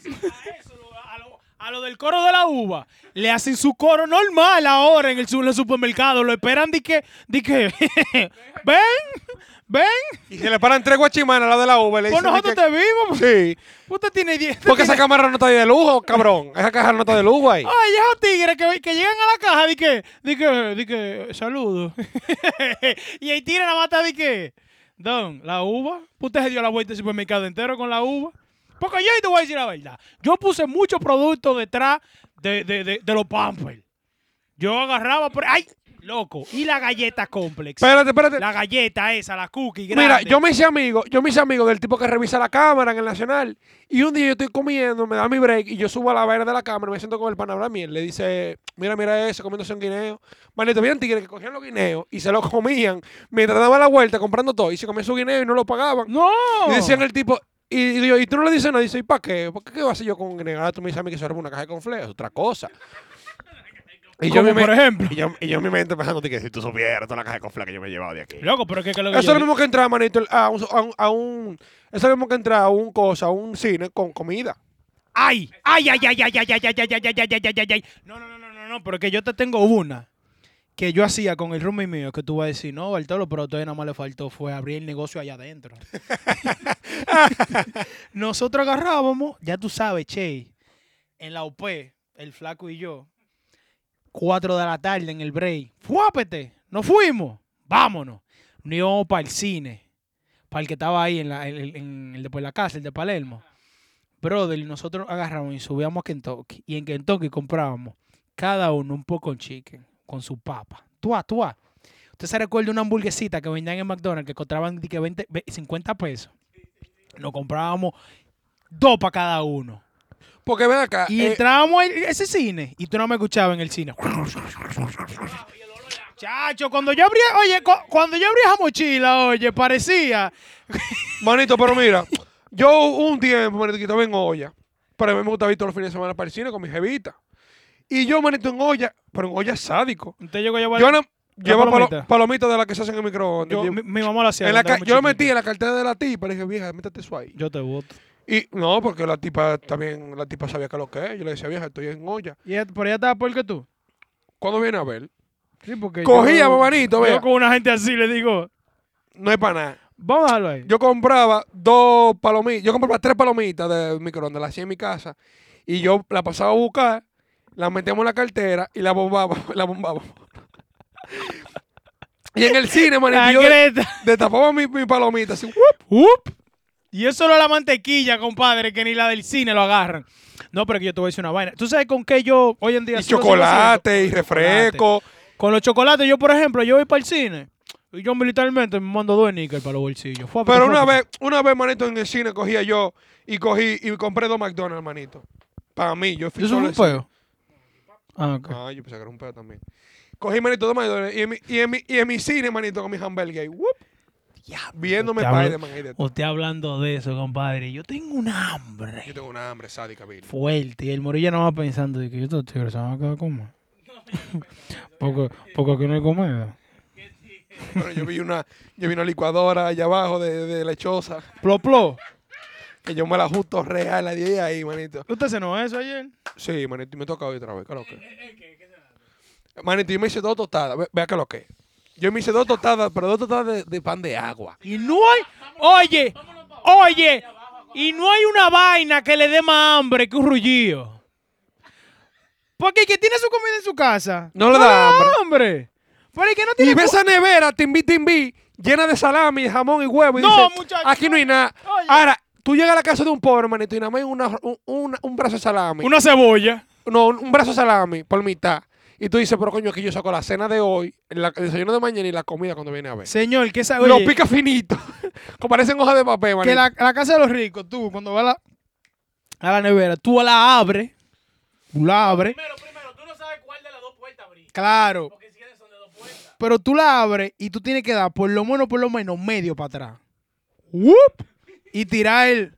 [SPEAKER 3] eso, lo- a lo- A lo del coro de la uva, le hacen su coro normal ahora en el, su- en los supermercados. Lo esperan de que, di que, <laughs> ven, ven,
[SPEAKER 2] Y se le paran tres guachimanas a la de la uva y le
[SPEAKER 3] pues
[SPEAKER 2] dicen
[SPEAKER 3] nosotros
[SPEAKER 2] que-
[SPEAKER 3] te vimos.
[SPEAKER 2] Sí.
[SPEAKER 3] Usted tiene 10.
[SPEAKER 2] Porque esa cámara no está de lujo, cabrón. Esa caja no está de lujo ahí.
[SPEAKER 3] Oye, esos tigres que, que llegan a la caja, di que, di que, di que, saludo. <laughs> y ahí tiran la mata, di que, don, la uva. Usted se dio la vuelta al supermercado entero con la uva. Porque yo ahí te voy a decir la verdad. Yo puse muchos productos detrás de, de, de, de los pampers. Yo agarraba, por... ¡ay! Loco. Y la galleta complex.
[SPEAKER 2] Espérate, espérate.
[SPEAKER 3] la galleta esa, la cookie. Grande.
[SPEAKER 2] Mira, yo me hice amigo, yo me hice amigo del tipo que revisa la cámara en el Nacional. Y un día yo estoy comiendo, me da mi break y yo subo a la verga de la cámara, me siento con el pan a hablar miel. Le dice, mira, mira eso, comiéndose un guineo. Manito, habían tigres que cogían los guineos y se los comían mientras daban la vuelta comprando todo. Y se comían su guineo y no lo pagaban.
[SPEAKER 3] ¡No!
[SPEAKER 2] Y decían el tipo, y, y digo, ¿y tú no le dices nada? Dice, ¿y para qué? ¿Por qué, qué voy a hacer yo con un guineo? Ahora tú me dices a mí que se roba una caja de confleos, es otra cosa. Y yo,
[SPEAKER 3] Como
[SPEAKER 2] en mi
[SPEAKER 3] por
[SPEAKER 2] men-
[SPEAKER 3] ejemplo.
[SPEAKER 2] <laughs> y, yo, y yo en mi mente pensando que si tú supieras toda la caja de confleos que yo me he llevado de aquí.
[SPEAKER 3] Loco, pero es que, que lo que
[SPEAKER 2] Eso
[SPEAKER 3] yo
[SPEAKER 2] es lo
[SPEAKER 3] di-
[SPEAKER 2] mismo que entrar, manito, a un, a un, a un- Eso es lo mismo que entrar a un cosa, a un cine con comida.
[SPEAKER 3] ¡Ay! ¡Ay, ay, ay, ay, ay, ay, ay, ay, ay, ay, ay, ay, ay, ay, ay! No, no, no, no, no, no, pero que yo te tengo una que yo hacía con el roomie mío, que tú vas a decir, no, Bartolo, pero todavía nada más le faltó fue abrir el negocio allá adentro. <laughs> Nosotros agarrábamos, ya tú sabes, Che, en la UP, el flaco y yo, cuatro de la tarde en el break, ¡fuápete! ¡Nos fuimos! ¡Vámonos! Nos íbamos para el cine, para el que estaba ahí en, la, en, en- en el de por la casa, el de Palermo. Brother, y nosotros agarramos y subíamos a Kentucky. Y en Kentucky comprábamos cada uno un poco chicken con su papa. Tuá, tuá. Usted se recuerda una hamburguesita que vendían en McDonald's que costaban di que 20, ve- 50 pesos. Nos comprábamos dos para cada uno.
[SPEAKER 2] Porque ven acá.
[SPEAKER 3] Y
[SPEAKER 2] eh,
[SPEAKER 3] entrábamos a ese cine y tú no me escuchabas en el cine. Chacho, cuando yo abría, oye, cu- cuando yo abría esa mochila, oye, parecía.
[SPEAKER 2] manito, pero
[SPEAKER 3] <laughs>
[SPEAKER 2] mira, yo hubo un tiempo, manito, que estaba en olla. Pero a mí me gusta ir todos los fines de semana para el cine con mi jevita. Y yo, manito, en olla, pero en olla sádico.
[SPEAKER 3] Usted llegó a llevar-
[SPEAKER 2] yo no, llevo
[SPEAKER 3] palomita.
[SPEAKER 2] palo- palomitas de las que se hacen en el microondas.
[SPEAKER 3] yo-
[SPEAKER 2] Yo,
[SPEAKER 3] mi, mi mamá lo hacía.
[SPEAKER 2] en la
[SPEAKER 3] cuando
[SPEAKER 2] ca-
[SPEAKER 3] éramos
[SPEAKER 2] yo lo metí
[SPEAKER 3] chiquitos.
[SPEAKER 2] en la cartera de la tipa. Le dije, vieja, métete eso ahí.
[SPEAKER 3] Yo te voto.
[SPEAKER 2] Y no, porque la tipa también, la tipa sabía que lo que es. Yo le decía, vieja, estoy en olla.
[SPEAKER 3] Y ella- pero ella estaba peor que tú.
[SPEAKER 2] ¿Cuándo viene a ver?
[SPEAKER 3] Sí, porque yo-
[SPEAKER 2] Cogía, manito,
[SPEAKER 3] Yo
[SPEAKER 2] vea.
[SPEAKER 3] con una gente así le digo,
[SPEAKER 2] No es para nada.
[SPEAKER 3] vamos a dejarlo ahí.
[SPEAKER 2] Yo compraba dos palomitas, yo compraba tres palomitas de microondas, las hacía en mi casa y yo la pasaba a buscar, la metíamos en la cartera y la bombaba, <laughs> la bombaba. y en el cine,
[SPEAKER 3] La
[SPEAKER 2] manito, yo de-
[SPEAKER 3] creta.
[SPEAKER 2] destapaba mi, mi palomita así, ¡wup!
[SPEAKER 3] Up. Y eso no es la mantequilla, compadre, que ni la del cine lo agarran. No, pero que yo te voy a decir una vaina. ¿Tú sabes con qué yo hoy en día...
[SPEAKER 2] y
[SPEAKER 3] sigo
[SPEAKER 2] chocolate y
[SPEAKER 3] haciendo? Con chocolate.
[SPEAKER 2] refresco.
[SPEAKER 3] Con los chocolates, yo por ejemplo, yo voy para el cine y yo militarmente me mando dos níquel para los bolsillos. Fuá,
[SPEAKER 2] Pero una
[SPEAKER 3] fuá,
[SPEAKER 2] vez, una vez, manito, en el cine cogía yo y cogí y compré dos McDonald's, manito. Para mí, yo fui
[SPEAKER 3] Yo soy
[SPEAKER 2] solo
[SPEAKER 3] un
[SPEAKER 2] al cine.
[SPEAKER 3] feo. Ah, ok.
[SPEAKER 2] Ah, yo pensé que era un pedo también. Cogí, manito, dos McDonald's y en mi, y en mi, y en mi cine, manito, con mis hamburguesas. y ¡Wup! Viéndome
[SPEAKER 3] Te hablo-
[SPEAKER 2] Spider-Man ahí de
[SPEAKER 3] Usted hablando de eso, compadre, yo tengo un hambre.
[SPEAKER 2] Yo tengo una hambre sádica, Bill.
[SPEAKER 3] fuerte. Y el Morilla no va pensando de que yo estos tigres se van a quedar como. <laughs> porque, porque aquí no hay comida.
[SPEAKER 2] Bueno, yo vi una, yo vi una licuadora allá abajo de, de lechosa.
[SPEAKER 3] Plo, plo.
[SPEAKER 2] Que yo me la justo real la 10 ahí, manito.
[SPEAKER 3] ¿Usted se nos eso ayer?
[SPEAKER 2] Sí, manito, y me toca hoy otra vez. ¿Qué es lo que? Manito, yo me hice dos tostadas. ve- Vea que lo que. Yo me hice dos tostadas, pero dos tostadas de, de pan de agua.
[SPEAKER 3] Y no hay. Oye, oye. Y no hay una vaina que le dé más hambre que un rullillo. Porque el que tiene su comida en su casa.
[SPEAKER 2] No le da hambre.
[SPEAKER 3] hambre. Pero el que no tiene.
[SPEAKER 2] Y ve
[SPEAKER 3] cu-
[SPEAKER 2] esa nevera, timbi timbi, llena de salami, jamón y huevo. Y
[SPEAKER 3] No,
[SPEAKER 2] dice,
[SPEAKER 3] muchacho,
[SPEAKER 2] Aquí no hay nada.
[SPEAKER 3] Oye.
[SPEAKER 2] Ahora, tú llegas a la casa de un pobre, manito, y nada más hay una- un, un- un brazo de salami.
[SPEAKER 3] Una cebolla.
[SPEAKER 2] no, un un brazo de salami por mitad. Y tú dices, pero coño, aquí yo saco la cena de hoy, la- el desayuno de mañana y la comida cuando viene a ver.
[SPEAKER 3] Señor, ¿qué sabe?
[SPEAKER 2] Lo
[SPEAKER 3] Oye,
[SPEAKER 2] pica finito. <laughs> Como parecen hojas de papel,
[SPEAKER 3] que
[SPEAKER 2] manito.
[SPEAKER 3] la, la casa de los ricos, tú, cuando vas a la, a la nevera, tú la abres. Tú la abres.
[SPEAKER 1] Primero, primero, tú no sabes cuál de las dos puertas abrir.
[SPEAKER 3] Claro.
[SPEAKER 1] Porque si quieres son de dos puertas.
[SPEAKER 3] Pero tú la abres y tú tienes que dar por lo menos, por lo menos, medio para atrás. ¡Wup! Y tirar el.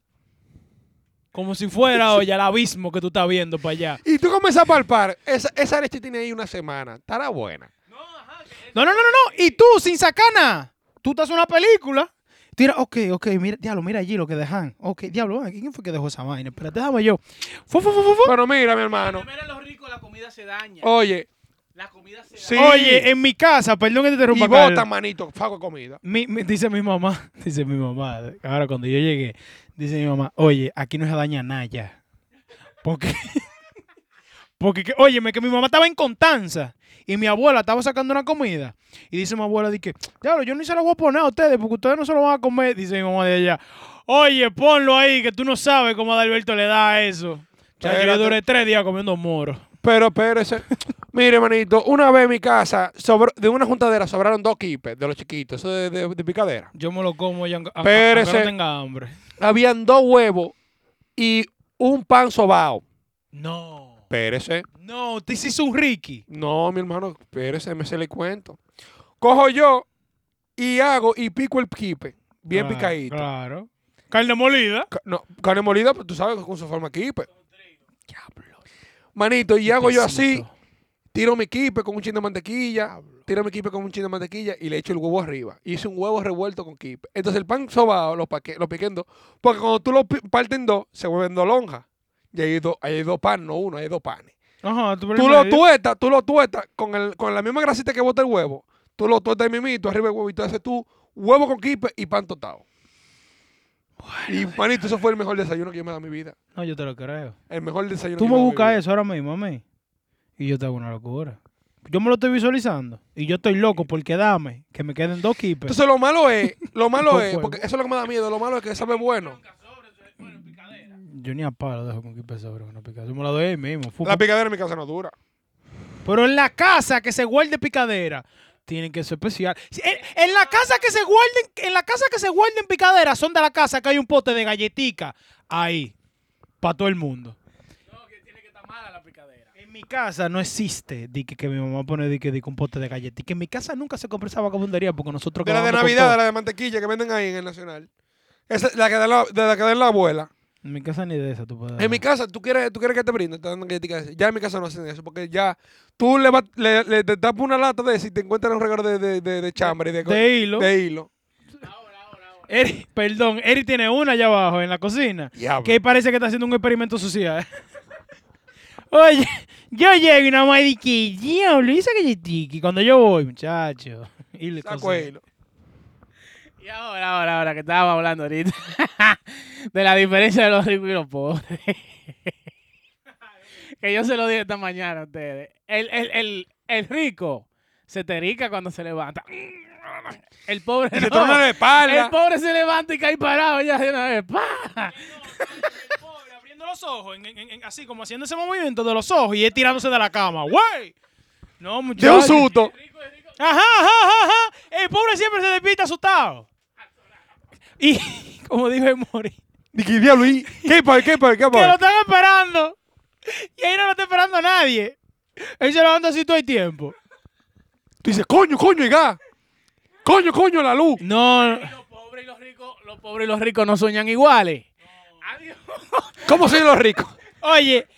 [SPEAKER 3] Como
[SPEAKER 1] <laughs>
[SPEAKER 3] si fuera, oye, el abismo que tú estás viendo para allá.
[SPEAKER 2] Y tú comienzas a palpar. Esa, esa leche tiene ahí una semana. Estará buena.
[SPEAKER 1] No, ajá. que-
[SPEAKER 3] No, no, no, no, no. Y tú, sin sacana. Tú estás en una película. Tira, ok, ok, mira, diablo, mira allí lo que dejan. Ok, diablo, ah, ¿quién fue que dejó esa vaina? Espérate, déjame yo. Fu, fu, fu, fu, fu.
[SPEAKER 2] Pero mira, mi hermano.
[SPEAKER 1] Primero en los ricos la comida se daña.
[SPEAKER 3] Oh.
[SPEAKER 2] Oye,
[SPEAKER 1] La comida se
[SPEAKER 2] Sí.
[SPEAKER 3] Oye, en mi casa, perdón que te
[SPEAKER 2] y
[SPEAKER 3] interrumpa, Carlos.
[SPEAKER 2] botan, manito, fago de comida.
[SPEAKER 3] Mi- mi- dice mi mamá, <laughs> dice mi mamá, ahora cuando yo llegué, dice mi mamá, oye, aquí no se daña nada ya. Porque, <laughs> porque, que- óyeme, que mi mamá estaba en Contanza y mi abuela estaba sacando una comida. Y dice mi abuela, dice, claro, yo ni se la voy a poner a ustedes porque ustedes no se lo van a comer. Dice mi mamá de allá, oye, ponlo ahí, que tú no sabes cómo a Alberto le da a eso. Chacho, yo
[SPEAKER 2] Espérate.
[SPEAKER 3] duré tres días comiendo moro.
[SPEAKER 2] Pero, pero, ese... <laughs> Mire, manito, una vez en mi casa, sobr- de una juntadera sobraron dos kipes de los chiquitos, eso de, de- de picadera.
[SPEAKER 3] Yo me lo como ya, aunque- aunque
[SPEAKER 2] Espérese.
[SPEAKER 3] no tenga hambre.
[SPEAKER 2] Habían dos huevos y un pan sobao.
[SPEAKER 3] No.
[SPEAKER 2] Pérese.
[SPEAKER 3] No, te hiciste un Ricky.
[SPEAKER 2] No, mi hermano, pérese, me se le cuento. Cojo yo y hago y pico el kipe, bien
[SPEAKER 3] Ah,
[SPEAKER 2] picadito.
[SPEAKER 3] Claro. Carne molida.
[SPEAKER 2] Ca- No, carne molida, pues tú sabes, con su forma kipe. Manito, y hago yo así,
[SPEAKER 3] Pesito.
[SPEAKER 2] tiro mi kipe con un chin de mantequilla, tiro mi kipe con un chin de mantequilla y le echo el huevo arriba. Hice un huevo revuelto con kipe. Entonces el pan sobado lo, paque, lo piqué en dos, porque cuando tú lo pi- partes en dos, se vuelven dos lonjas. Y ahí hay dos, ahí hay dos pan, no uno, ahí hay dos panes.
[SPEAKER 3] Ajá, tú,
[SPEAKER 2] Tú lo tuestas, tú lo tuestas con, el, con la misma grasita que bota el huevo. Tú lo tuestas ahí mimito, arriba el huevo y tú haces tú huevo con kipe y pan tostado. y manito, eso fue el mejor desayuno que yo me he dado en mi vida.
[SPEAKER 3] No, yo te lo creo.
[SPEAKER 2] El mejor desayuno
[SPEAKER 3] Tú
[SPEAKER 2] que
[SPEAKER 3] me
[SPEAKER 2] yo he dado en mi
[SPEAKER 3] buscas
[SPEAKER 2] vida.
[SPEAKER 3] eso ahora mismo, a mí. Y yo te hago una locura. Yo me lo estoy visualizando. Y yo estoy loco porque dame que me queden dos keepers.
[SPEAKER 2] Entonces lo malo es,
[SPEAKER 3] <laughs>
[SPEAKER 2] lo malo
[SPEAKER 3] Con
[SPEAKER 2] es,
[SPEAKER 3] fuego.
[SPEAKER 2] porque eso es lo que me da miedo, lo malo es que sabe bueno.
[SPEAKER 3] Yo ni a palo dejo con keepers sobre una picadera. Yo me la doy ahí mismo. fu-
[SPEAKER 2] La picadera en mi casa no dura.
[SPEAKER 3] Pero en la casa que se guarde picadera, tienen que ser especial. Si- En, en la casa que se guarden, en la casa que se guarden picadera, son de la casa que hay un pote de galletica ahí para todo el mundo.
[SPEAKER 1] No, que tiene que estar mala la picadera.
[SPEAKER 3] En mi casa no existe di que, que mi mamá pone di que, di que un pote de galletica. En mi casa nunca se compra esa vagabundería porque nosotros
[SPEAKER 2] De la de
[SPEAKER 3] acabamos con
[SPEAKER 2] Navidad,
[SPEAKER 3] todo.
[SPEAKER 2] de la de mantequilla que venden ahí en el Nacional. Esa es la que da la, de la que da la abuela.
[SPEAKER 3] En mi casa ni de esa tú puedes.
[SPEAKER 2] En mi casa, tú quieres, tú quieres que te brinden, te dan galletitas de esas. Ya en mi casa no hacen eso, porque ya tú le, vas- le, le- te tapas una lata de si te encuentras un regalo de, de, de, de chambre y de, co-
[SPEAKER 3] de hilo.
[SPEAKER 2] de hilo.
[SPEAKER 3] Eri- perdón, Eri tiene una allá abajo en la cocina.
[SPEAKER 2] Diablo.
[SPEAKER 3] Que parece que está haciendo un experimento social.
[SPEAKER 1] ¿eh? <laughs>
[SPEAKER 3] Oye, yo llego y nada más dije, diablo, ¿y esa galletica? Y cuando yo
[SPEAKER 1] <laughs>
[SPEAKER 3] voy, muchacho. Y le
[SPEAKER 2] Saco
[SPEAKER 3] cosé.
[SPEAKER 2] de
[SPEAKER 3] <laughs>
[SPEAKER 2] hilo.
[SPEAKER 1] Y ahora, ahora, ahora, que estábamos hablando ahorita <laughs> de la diferencia de los ricos y los pobres. <laughs> que yo se lo dije esta mañana a ustedes. El, el, el, el rico se terica cuando se levanta. <laughs> El pobre
[SPEAKER 2] Y se
[SPEAKER 1] no.
[SPEAKER 2] torna la
[SPEAKER 1] El
[SPEAKER 2] espalda.
[SPEAKER 1] pobre se levanta y cae parado ya de una vez. ¡Pah!
[SPEAKER 3] El pobre abriendo los ojos, en- en- en- así como haciendo ese movimiento de los ojos y él tirándose de la cama. ¡Güey! No,
[SPEAKER 2] De
[SPEAKER 3] muchacho.
[SPEAKER 2] un susto.
[SPEAKER 3] Ajá, ajá, ajá, ajá. El pobre siempre se despierta asustado. Y <laughs> como dijo el Mori,
[SPEAKER 2] Dije, diablo, ¿y ¿qué pa- qué pa- qué
[SPEAKER 3] que lo
[SPEAKER 2] pa-?"
[SPEAKER 3] están esperando. Y ahí no lo está esperando nadie. Él se levanta así todo el tiempo.
[SPEAKER 2] Tú dices, coño, coño, y ga. Coño, coño, la luz.
[SPEAKER 3] No,
[SPEAKER 1] Los pobres y los ricos, los pobres y los ricos no sueñan iguales. Adiós.
[SPEAKER 2] ¿Cómo soy los ricos? <laughs>
[SPEAKER 3] oye,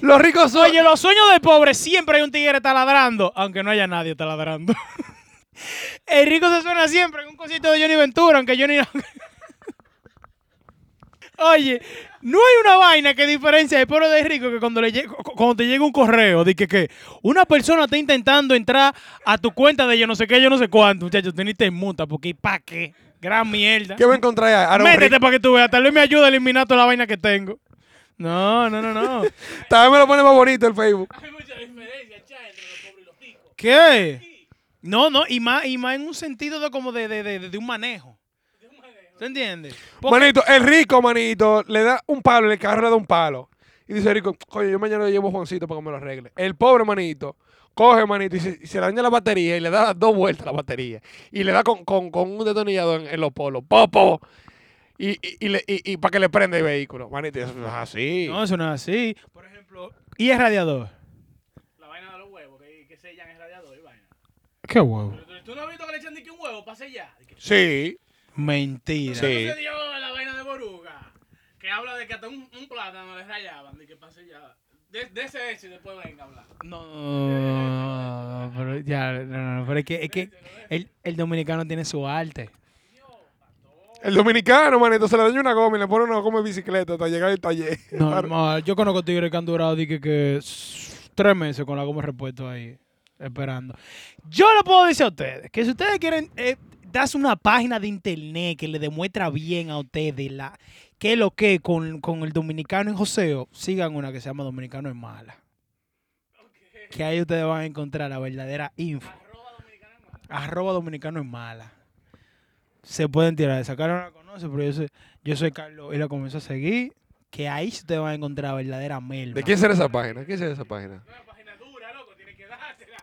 [SPEAKER 2] Los ricos son.
[SPEAKER 3] oye, los sueños del pobre siempre hay un tigre taladrando, aunque no haya nadie taladrando. <laughs> El rico se suena siempre en un concierto de Johnny Ventura, aunque Johnny no. <laughs> Oye, no hay una vaina que diferencia del pobre del rico que cuando, le llega- cu- cuando te llega un correo de que, que una persona está intentando entrar a tu cuenta de yo no sé qué, yo no sé cuánto, muchachos, teniste te muta porque ¿pa' qué? Gran mierda.
[SPEAKER 2] ¿Qué me encontré ahí? Ahora un
[SPEAKER 3] Métete
[SPEAKER 2] rico.
[SPEAKER 3] para que tú veas. Tal vez me ayude a eliminar toda la vaina que tengo. No, no, no, no.
[SPEAKER 2] También me lo pone más bonito el Facebook.
[SPEAKER 1] Hay mucha diferencia, cha, entre los pobres y los ricos.
[SPEAKER 3] ¿Qué? No, no, y más, y más en un sentido de como de, de, de, de un manejo. ¿Te entiendes? Porque-
[SPEAKER 2] Manito, el rico, manito, le da un palo, el carro le da un palo. Y dice Rico, coño, yo mañana le llevo a Juancito para que me lo arregle. El pobre manito coge, manito, y se, y se le daña la batería y le da dos vueltas a la batería. Y le da con, con- con un detonillador en, en los polos. ¡Popo! Y, y, y le- y- y para que le prenda el vehículo. Manito, eso no es así.
[SPEAKER 3] No, eso no es así. Por ejemplo, y es radiador.
[SPEAKER 1] La vaina de los huevos, que, que sellan el radiador y vaina.
[SPEAKER 3] Qué huevo.
[SPEAKER 1] Pero tú- tú no has visto que le echan ni que un huevo para sellar. Di que-
[SPEAKER 2] Sí,
[SPEAKER 3] Mentira.
[SPEAKER 2] Sí.
[SPEAKER 1] Entonces dio la vaina de Boruga, que habla de que hasta un, un plátano le rayaban, de que pase ya. De, de ese hecho y después venga a hablar.
[SPEAKER 3] No, no, no, pero ya, no, no, no, pero es que, es que el, el dominicano tiene su arte.
[SPEAKER 2] el dominicano, manito, se le daña una goma y le pone una goma de bicicleta hasta llegar al taller.
[SPEAKER 3] Normal. Yo conozco tigres que han durado dije, que s- tres meses con la goma de repuesto ahí, esperando. Yo le puedo decir a ustedes que si ustedes quieren eh, darse una página de internet que le demuestra bien a ustedes la, qué es lo que es con, con el dominicano en joseo, sigan una que se llama Dominicano en Mala. Que ahí ustedes van a encontrar la verdadera info. Arroba Dominicano en Mala. Se pueden tirar. Esa cara no la conoce, pero yo soy, yo soy Carlos y la comienzo a seguir que ahí sí te van a encontrar la verdadera melva.
[SPEAKER 2] ¿De quién será esa página? ¿Quién será esa página?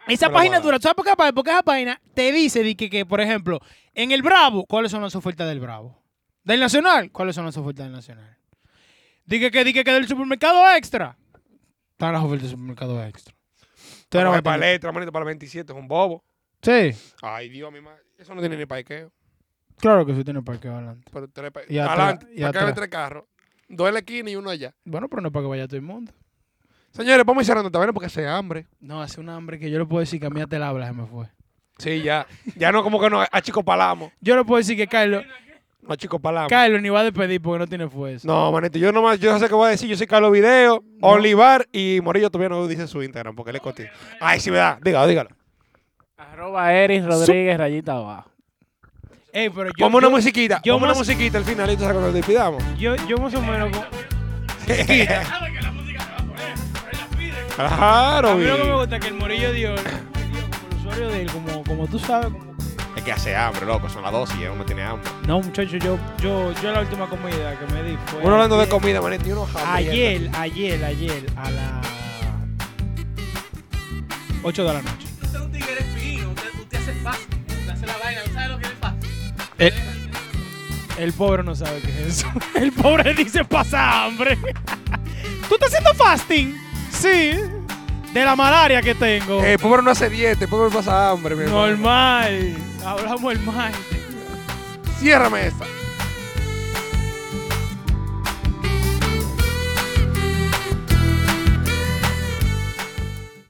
[SPEAKER 3] Esa
[SPEAKER 2] Pero
[SPEAKER 3] página
[SPEAKER 2] bueno.
[SPEAKER 3] dura, ¿tú ¿sabes por qué? Porque esa página te dice di que, que, por ejemplo, en el Bravo, ¿cuáles son las ofertas del Bravo? Del Nacional, ¿cuáles son las ofertas del Nacional? Dije que, dije que del supermercado extra. Están las ofertas del supermercado extra. Tú no
[SPEAKER 2] Pero
[SPEAKER 3] vas a
[SPEAKER 2] para
[SPEAKER 3] tener-
[SPEAKER 2] letra, manito, para el 27, es un bobo.
[SPEAKER 3] Sí,
[SPEAKER 2] Ay, Dios, mi madre. Eso no tiene ni parqueo.
[SPEAKER 3] claro que sí tiene parqueo adelante.
[SPEAKER 2] Pero tres pa-
[SPEAKER 3] Y atrás,
[SPEAKER 2] adelante,
[SPEAKER 3] y
[SPEAKER 2] para que caben
[SPEAKER 3] atrás.
[SPEAKER 2] tres carros. Dos en la esquina y uno allá.
[SPEAKER 3] Bueno, pero no es para que vaya todo el mundo.
[SPEAKER 2] Señores, vamos a ir cerrando esta vaina porque hace hambre.
[SPEAKER 3] No, hace un hambre que yo le puedo decir que a mí hasta el habla se me fue.
[SPEAKER 2] Sí, ya. Ya no como que nos achicopalamos.
[SPEAKER 3] Yo le puedo decir que Carlos,
[SPEAKER 2] Nos achicopalamos.
[SPEAKER 3] Carlos ni va a despedir porque no tiene fuerza.
[SPEAKER 2] No, manito, yo nomás, yo sé qué voy a decir. Yo soy Carlos Video, Olivar y Morillo todavía no dice su Instagram porque le costó. Ay, sí, ¿verdad? Dígalo, dígalo.
[SPEAKER 1] Arroba Eris Rodríguez, rayita abajo.
[SPEAKER 3] Ey, pero yo,
[SPEAKER 2] Ponme una
[SPEAKER 3] yo-
[SPEAKER 2] musiquita.
[SPEAKER 3] yo
[SPEAKER 2] Ponme una
[SPEAKER 3] más-
[SPEAKER 2] musiquita al final, entonces cuando nos
[SPEAKER 3] <laughs>
[SPEAKER 2] despidamos.
[SPEAKER 3] Yo, yo más o menos. como-
[SPEAKER 1] ¿Sabes que la música se va a poner? Pero ella pide.
[SPEAKER 3] A
[SPEAKER 2] Claro,
[SPEAKER 3] mí lo que me
[SPEAKER 2] bien.
[SPEAKER 3] gusta es que el Morillo dio, dio como el usuario de él, como, como tú sabes. Como...
[SPEAKER 2] Es que hace hambre, loco. Son las 12 y ya uno tiene hambre.
[SPEAKER 3] No, muchacho, yo, yo, yo la última comida que me di fue.
[SPEAKER 2] Uno hablando de
[SPEAKER 3] ayer-
[SPEAKER 2] comida, manito, y uno jamás.
[SPEAKER 3] Ayer, ayer, ayer, a las 8 de la noche.
[SPEAKER 1] Usted es un tigre fino, usted, usted hace fácil. Usted hace la vaina, ¿sabe lo que es fácil?
[SPEAKER 3] El, el pobre no sabe qué es eso. <laughs> El pobre dice pasa hambre. <laughs> ¿Tú estás haciendo fasting? Sí. De la malaria que tengo.
[SPEAKER 2] Eh, pobre no hace dieta, pobre pasa hambre, mi hermano.
[SPEAKER 3] Normal. Hablamos el mal.
[SPEAKER 2] Ciérrame esta.